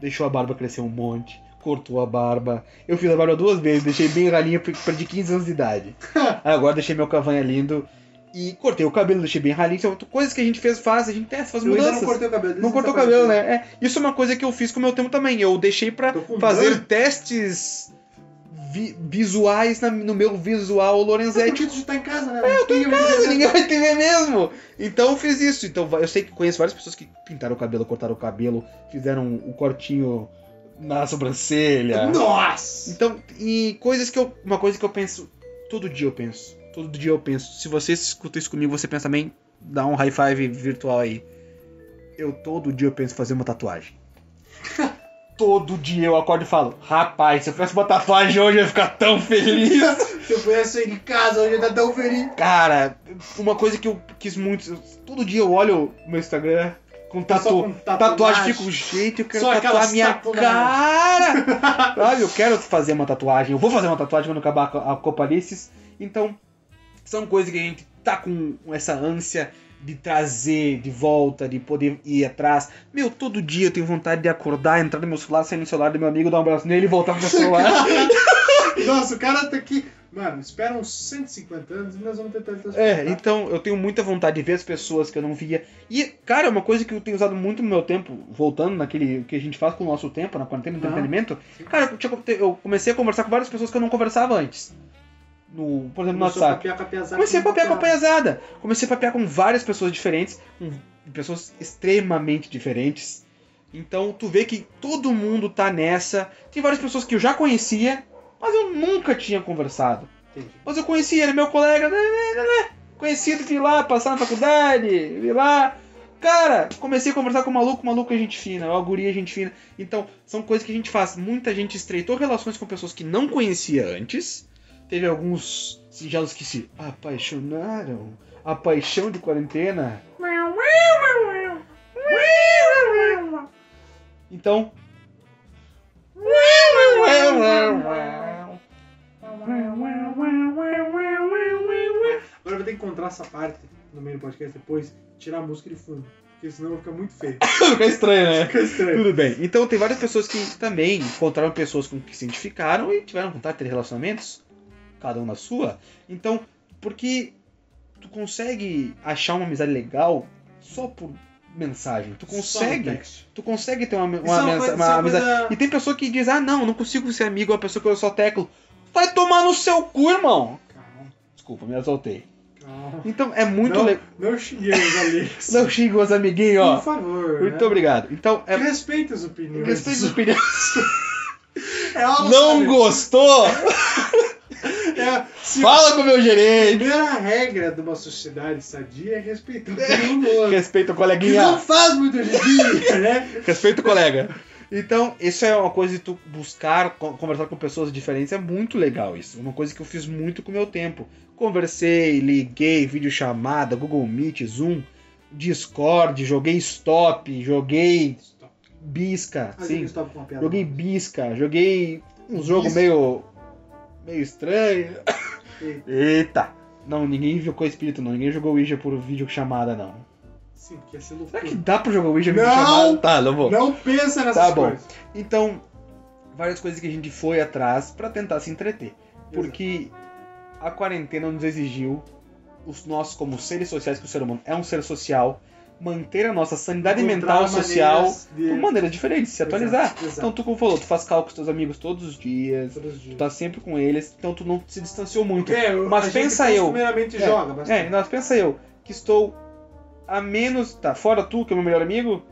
deixou a barba crescer um monte, cortou a barba. Eu fiz a barba duas vezes, deixei bem ralinha pra pra de 15 anos de
<laughs>
idade. Aí agora deixei meu cavanha lindo e cortei o cabelo, deixei bem ralinho. São coisas que a gente fez, faz, a gente testa, faz
Eu ainda não
mudanças.
cortei o cabelo.
Não cortou o cabelo, né? É, isso é uma coisa que eu fiz com o meu tempo também. Eu deixei pra
Tô com
fazer
dor.
testes vi- visuais na- no meu visual
É,
Lorenzetti.
tipo, tu tá em casa, né? eu tô em casa,
Mas <laughs> ninguém vai te ver mesmo. Então eu fiz isso. Então vai- eu sei que conheço várias pessoas que pintaram o cabelo, cortaram o cabelo, fizeram o cortinho na sobrancelha.
Nossa!
Então, e coisas que eu. Uma coisa que eu penso. Todo dia eu penso. Todo dia eu penso. Se você escuta isso comigo, você pensa também, dá um high five virtual aí. Eu todo dia eu penso em fazer uma tatuagem. <laughs> todo dia eu acordo e falo, rapaz, se eu fizesse uma tatuagem hoje eu ia ficar tão feliz.
Se eu pudesse sair de casa, eu ia estar tão feliz.
Cara, uma coisa que eu quis muito. eu- todo dia eu olho o meu Instagram com
Tá Só
tatu.
com
Tatuagem fica um jeito, eu quero
Só
tatuar
aquelas
minha
tatuagens.
cara! <laughs> Sabe, eu quero fazer uma tatuagem, eu vou fazer uma tatuagem quando acabar a co- a Copa Alices. Então, são coisas que a gente tá com essa ânsia de trazer de volta, de poder ir atrás. Meu, todo dia eu tenho vontade de acordar, entrar no meu celular, sair no celular do meu amigo, dar um abraço nele e voltar
<laughs>
pro meu celular.
Nossa, o cara tá aqui. Mano, espera uns 150 anos e nós vamos tentar ele tá?
É,
transportar.
então eu tenho muita vontade de ver as pessoas que eu não via. E, cara, é uma coisa que eu tenho usado muito no meu tempo, voltando naquele que a gente faz com o nosso tempo, na quarentena do
Aham.
entretenimento, cara, eu, tinha- eu comecei a conversar com várias pessoas que eu não conversava antes. No, por exemplo, no
Começou a
WhatsApp.
papiar com a piazada.
Comecei a papear com a pesada. Comecei a papear com várias pessoas diferentes, com pessoas extremamente diferentes. Então tu vê que todo mundo tá nessa. Tem várias pessoas que eu já conhecia, mas eu nunca tinha conversado.
Entendi.
Mas eu conhecia, ele é meu colega, né, né, né. conhecido, vi lá, passar na faculdade, vi lá. Cara, comecei a conversar com o maluco, o maluco é gente fina, o guri é gente fina. Então, são coisas que a gente faz. Muita gente estreitou relações com pessoas que não conhecia antes. Teve alguns singelos que se apaixonaram. A paixão de quarentena. Então.
Agora eu vou ter que encontrar essa parte no meio do podcast depois tirar a música de fundo. Porque senão vai ficar muito feio.
Fica estranho, né?
Fica estranho.
Tudo bem. Então tem várias pessoas que também encontraram pessoas com que se identificaram e tiveram vontade de ter relacionamentos, cada um na sua. Então, porque tu consegue achar uma amizade legal só por mensagem. Tu
Só no
<laughs> consegue.
texto.
Tu consegue ter uma, uma,
Isso é uma
mensa-
coisa-
uma
isso é uma
amizade.
coisa-
E tem pessoa que diz, ah não, não consigo ser amigo, é uma pessoa que eu só teclo. Vai tomar no seu cu, irmão!
Calma,
Desculpa, me assaltei.
calma.
Então é muito
Não.
legal.
Não xinguei os amigos.
Não xinga os amiguinhos,
Por
ó.
favor.
Muito
né?
obrigado. Então, é.
Respeita as opiniões.
Respeito de opinião.
É algo,
Não
sabe?
gostou?
<laughs> É, se
Fala com o meu
A
gerente.
primeira regra de uma sociedade sadia é
<laughs>
respeitar todo mundo.
Respeita o
Que não
coleguinha. <laughs>
faz muito hoje em dia, né?
Respeita o colega. Então, isso é uma coisa de tu buscar con- conversar com pessoas diferentes, é muito legal isso. Uma coisa que eu fiz muito com o meu tempo. Conversei, liguei, videochamada, Google Meet, Zoom, Discord, joguei Stop, joguei
Stop.
Bisca,
Ah,
sim.
eu estava com uma piada.
Joguei Bisca, joguei um jogo
Bisca?
meio meio estranho.
Eita.
Eita. Não, ninguém jogou espírito não, ninguém jogou Ouija por videochamada não.
Sim, que ia ser loucura.
Será que dá pra jogar Ouija
Não!
videochamada? Tá, não vou.
Não pensa nessas
Tá bom.
coisas.
Então, várias coisas que a gente foi atrás pra tentar se entreter. Porque a quarentena nos exigiu, os nós como seres sociais, que o ser humano é um ser social, manter a nossa sanidade
Encontrar
mental social
maneiras de-
de maneira diferente, se atualizar.
Exato, exato.
Então tu, como falou, tu faz cálculos com teus amigos todos os dias,
Todos os
tu
dias.
tá sempre com eles, então tu não se distanciou muito.
É, eu-
Mas
a gente
pensa eu.
Primeiramente
É,
joga, mas
É, nós pensa eu, que estou a menos. Tá, fora tu, que é meu melhor amigo,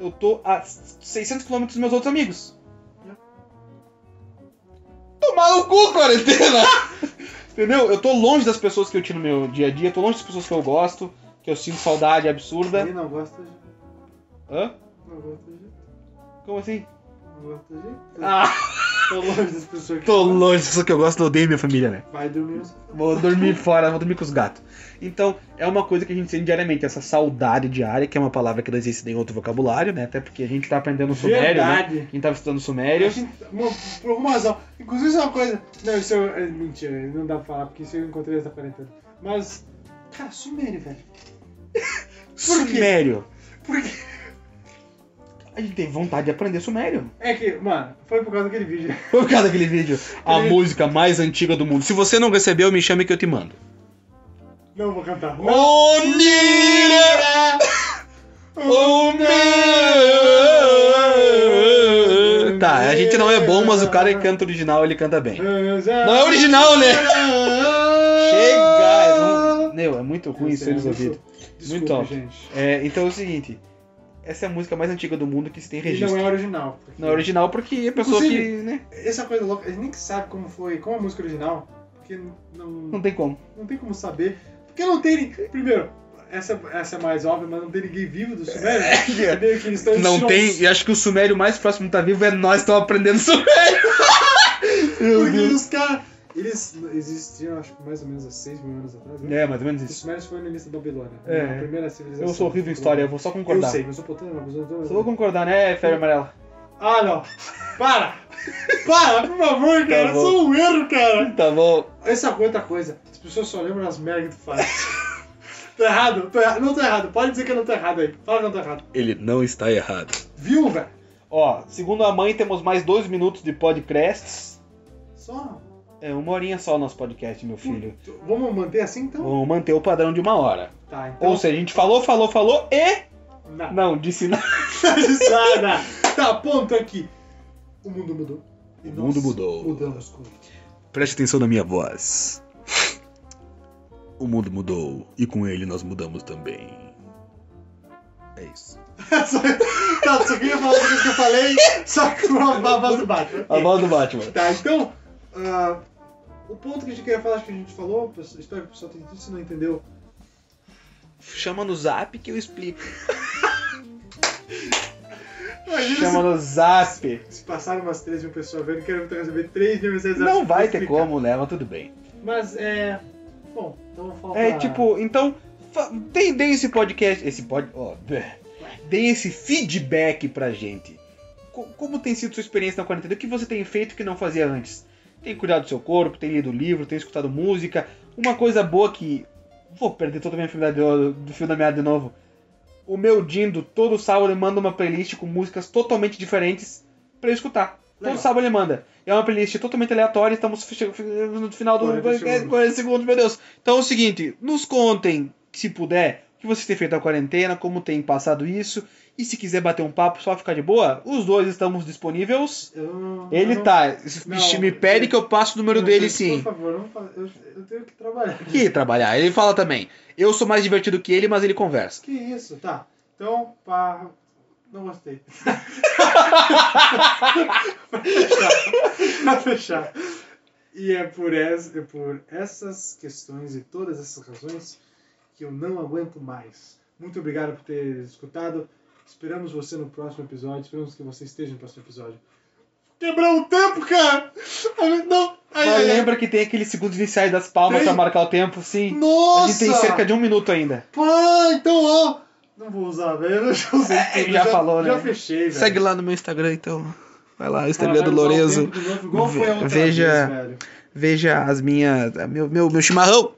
eu tô a 600 km dos meus outros amigos. <laughs> Tomar no cu, quarentena! <laughs> Entendeu? Eu tô longe das pessoas que eu tinha no meu dia a dia, tô longe das pessoas que eu gosto, que eu sinto saudade absurda.
Quem não gosta de.
Hã?
Não gosta de.
Como assim?
Não gosta de.
Ah,
Tô longe das pessoas que.
tô longe das pessoas que eu gosto, eu odeio minha família, né?
Vai dormir no sofá.
Vou dormir fora, vou dormir com os gatos. Então, é uma coisa que a gente sente diariamente, essa saudade diária, que é uma palavra que não existe em outro vocabulário, né? Até porque a gente tá aprendendo sumério, né?
Verdade.
Quem tava estudando
A
sumério.
gente- mo- é assim, Por alguma razão. Inclusive, isso é uma coisa. Não, isso é. é Mentira, não dá pra falar, porque isso eu encontrei nessa quarentena. Mas. Cara, sumério, velho. quê?
Sumério.
Por quê?
A gente tem vontade de aprender sumério.
É que, mano, foi por causa daquele vídeo.
Foi por causa daquele vídeo. A
Ele-
música mais antiga do mundo. Se você não recebeu, me chame que eu te mando.
Não vou cantar.
Onira! Onira! Tá, a gente não é bom, mas o cara que canta original, ele canta bem. Não é original, né? <laughs> Chega! é mu- Meu, é muito ruim isso nos ouvidos.
Desculpa,
Muito alto.
gente.
É, então é o seguinte: essa é a música mais antiga do mundo que se tem
E
registro.
não é original. porque-
Não é original porque a pessoa
Inclusive-
que. Né?
Essa coisa louca, a gente nem sabe como foi, como a música original, porque não,
Não tem como.
não tem como saber. Porque não tem. Primeiro, essa, essa é mais óbvia, mas não tem ninguém vivo do Sumério. Entendeu? Que eles estão em
É, Não
show.
tem. E acho que o Sumério mais próximo que tá vivo é nós que estamos aprendendo Sumério. Meu
Porque
Deus.
os caras. Eles existiam, acho que mais ou menos há 6 mil anos atrás. Né?
<laughs> É, mais ou menos
Os
isso.
Sumérios foram no início da Babilônia.
É.
A primeira civilização.
Eu sou horrível em história, eu vou só
Eu
concordar.
sei, Mesopotâmia, Mesopotâmia.
Só vou concordar, né, Fera Amarela?
Ah, não. Para! Para, por favor, cara.
Tá
É
bom.
só um erro, cara.
Tá bom.
Essa é outra coisa. As pessoas só lembram das merdas que tu
<laughs>
faz. tô errado, tô errado. Não tô errado. Pode dizer que eu não tô errado aí. Fala que eu não tô errado.
Ele não está errado.
Viu, velho?
Ó, segundo a mãe, temos mais dois minutos de podcasts.
Só.
É uma horinha só o nosso podcast, meu filho.
Vamos manter assim então?
Vamos manter o padrão de uma hora.
Tá, então. <laughs>
Ou seja, a gente falou, falou, falou e.
Nada.
Não, disse nada.
Nada. tá, ponto aqui. O mundo mudou. E
O
nós
mundo mudou.
Mudamos com <laughs> ele.
Preste atenção na minha voz. O mundo mudou e com ele nós mudamos também. É isso.
tá, só queria falar do que eu falei, só com a a voz do Batman.
A voz do Batman.
Tá, então, ah, o ponto que a gente queria falar, acho que a gente falou, pessoal- espero que o pessoal tenha entendido, se não entendeu.
Chama no zap que eu explico.
Imagina
Chama no zap.
se, se passaram umas 3 mil pessoas vendo, quero receber 3 mil mensagens.
Não vai ter
explicar.
como, né? Mas tudo bem.
Mas é. Bom, então vamos falar.
É
pra-
tipo, então, fa- deem, deem esse podcast, esse pod, ó, <laughs> bleh. deem esse feedback pra gente. Co- como tem sido sua experiência na quarentena? O que você tem feito que não fazia antes? Tem cuidado do seu corpo, tem lido livro, tem escutado música. Uma coisa boa que. Vou perder toda a minha afinidade do, do fio da meada de novo. O meu Dindo, todo sábado, ele manda uma playlist com músicas totalmente diferentes pra eu escutar.
Legal.
Todo sábado ele manda. É uma playlist totalmente aleatória, estamos che- no final do
40 segundos.
40 segundos, meu Deus. Então é o seguinte, nos contem, se puder, o que vocês têm feito na quarentena, como tem passado isso. E se quiser bater um papo, só ficar de boa, os dois estamos disponíveis.
Eu não-
Ele
eu não-
tá.
Não,
me pede
eu-
que eu passe o número
não,
dele
gente,
sim.
Por favor, não fa- eu, eu tenho que trabalhar.
Que trabalhar. Ele fala também. Eu sou mais divertido que ele, mas ele conversa.
Que isso, tá. Então, pá. Não gostei. pra fechar. Pra fechar. E é por, es, é por essas questões e todas essas razões que eu não aguento mais. Muito obrigado por ter escutado. Esperamos você no próximo episódio. Esperamos que você esteja no próximo episódio. Quebrou o tempo, cara! A gente não. Ai,
Mas
ai, ai.
lembra que tem aqueles segundos iniciais das palmas
Tem?
pra marcar o tempo, sim.
Nossa!
A gente tem cerca de um minuto ainda.
Pô, então, ó. Não vou usar, velho. <laughs> Eu já usei tudo,
já falou, né?
Já fechei, velho.
Segue lá no meu Instagram, então. Vai lá, né? o Instagram
Cara,
do
vai usar o
Lorenzo.
tempo de novo, Igual foi a outra
Veja-
vez, velho.
Veja as minhas. Meu, meu, meu chimarrão!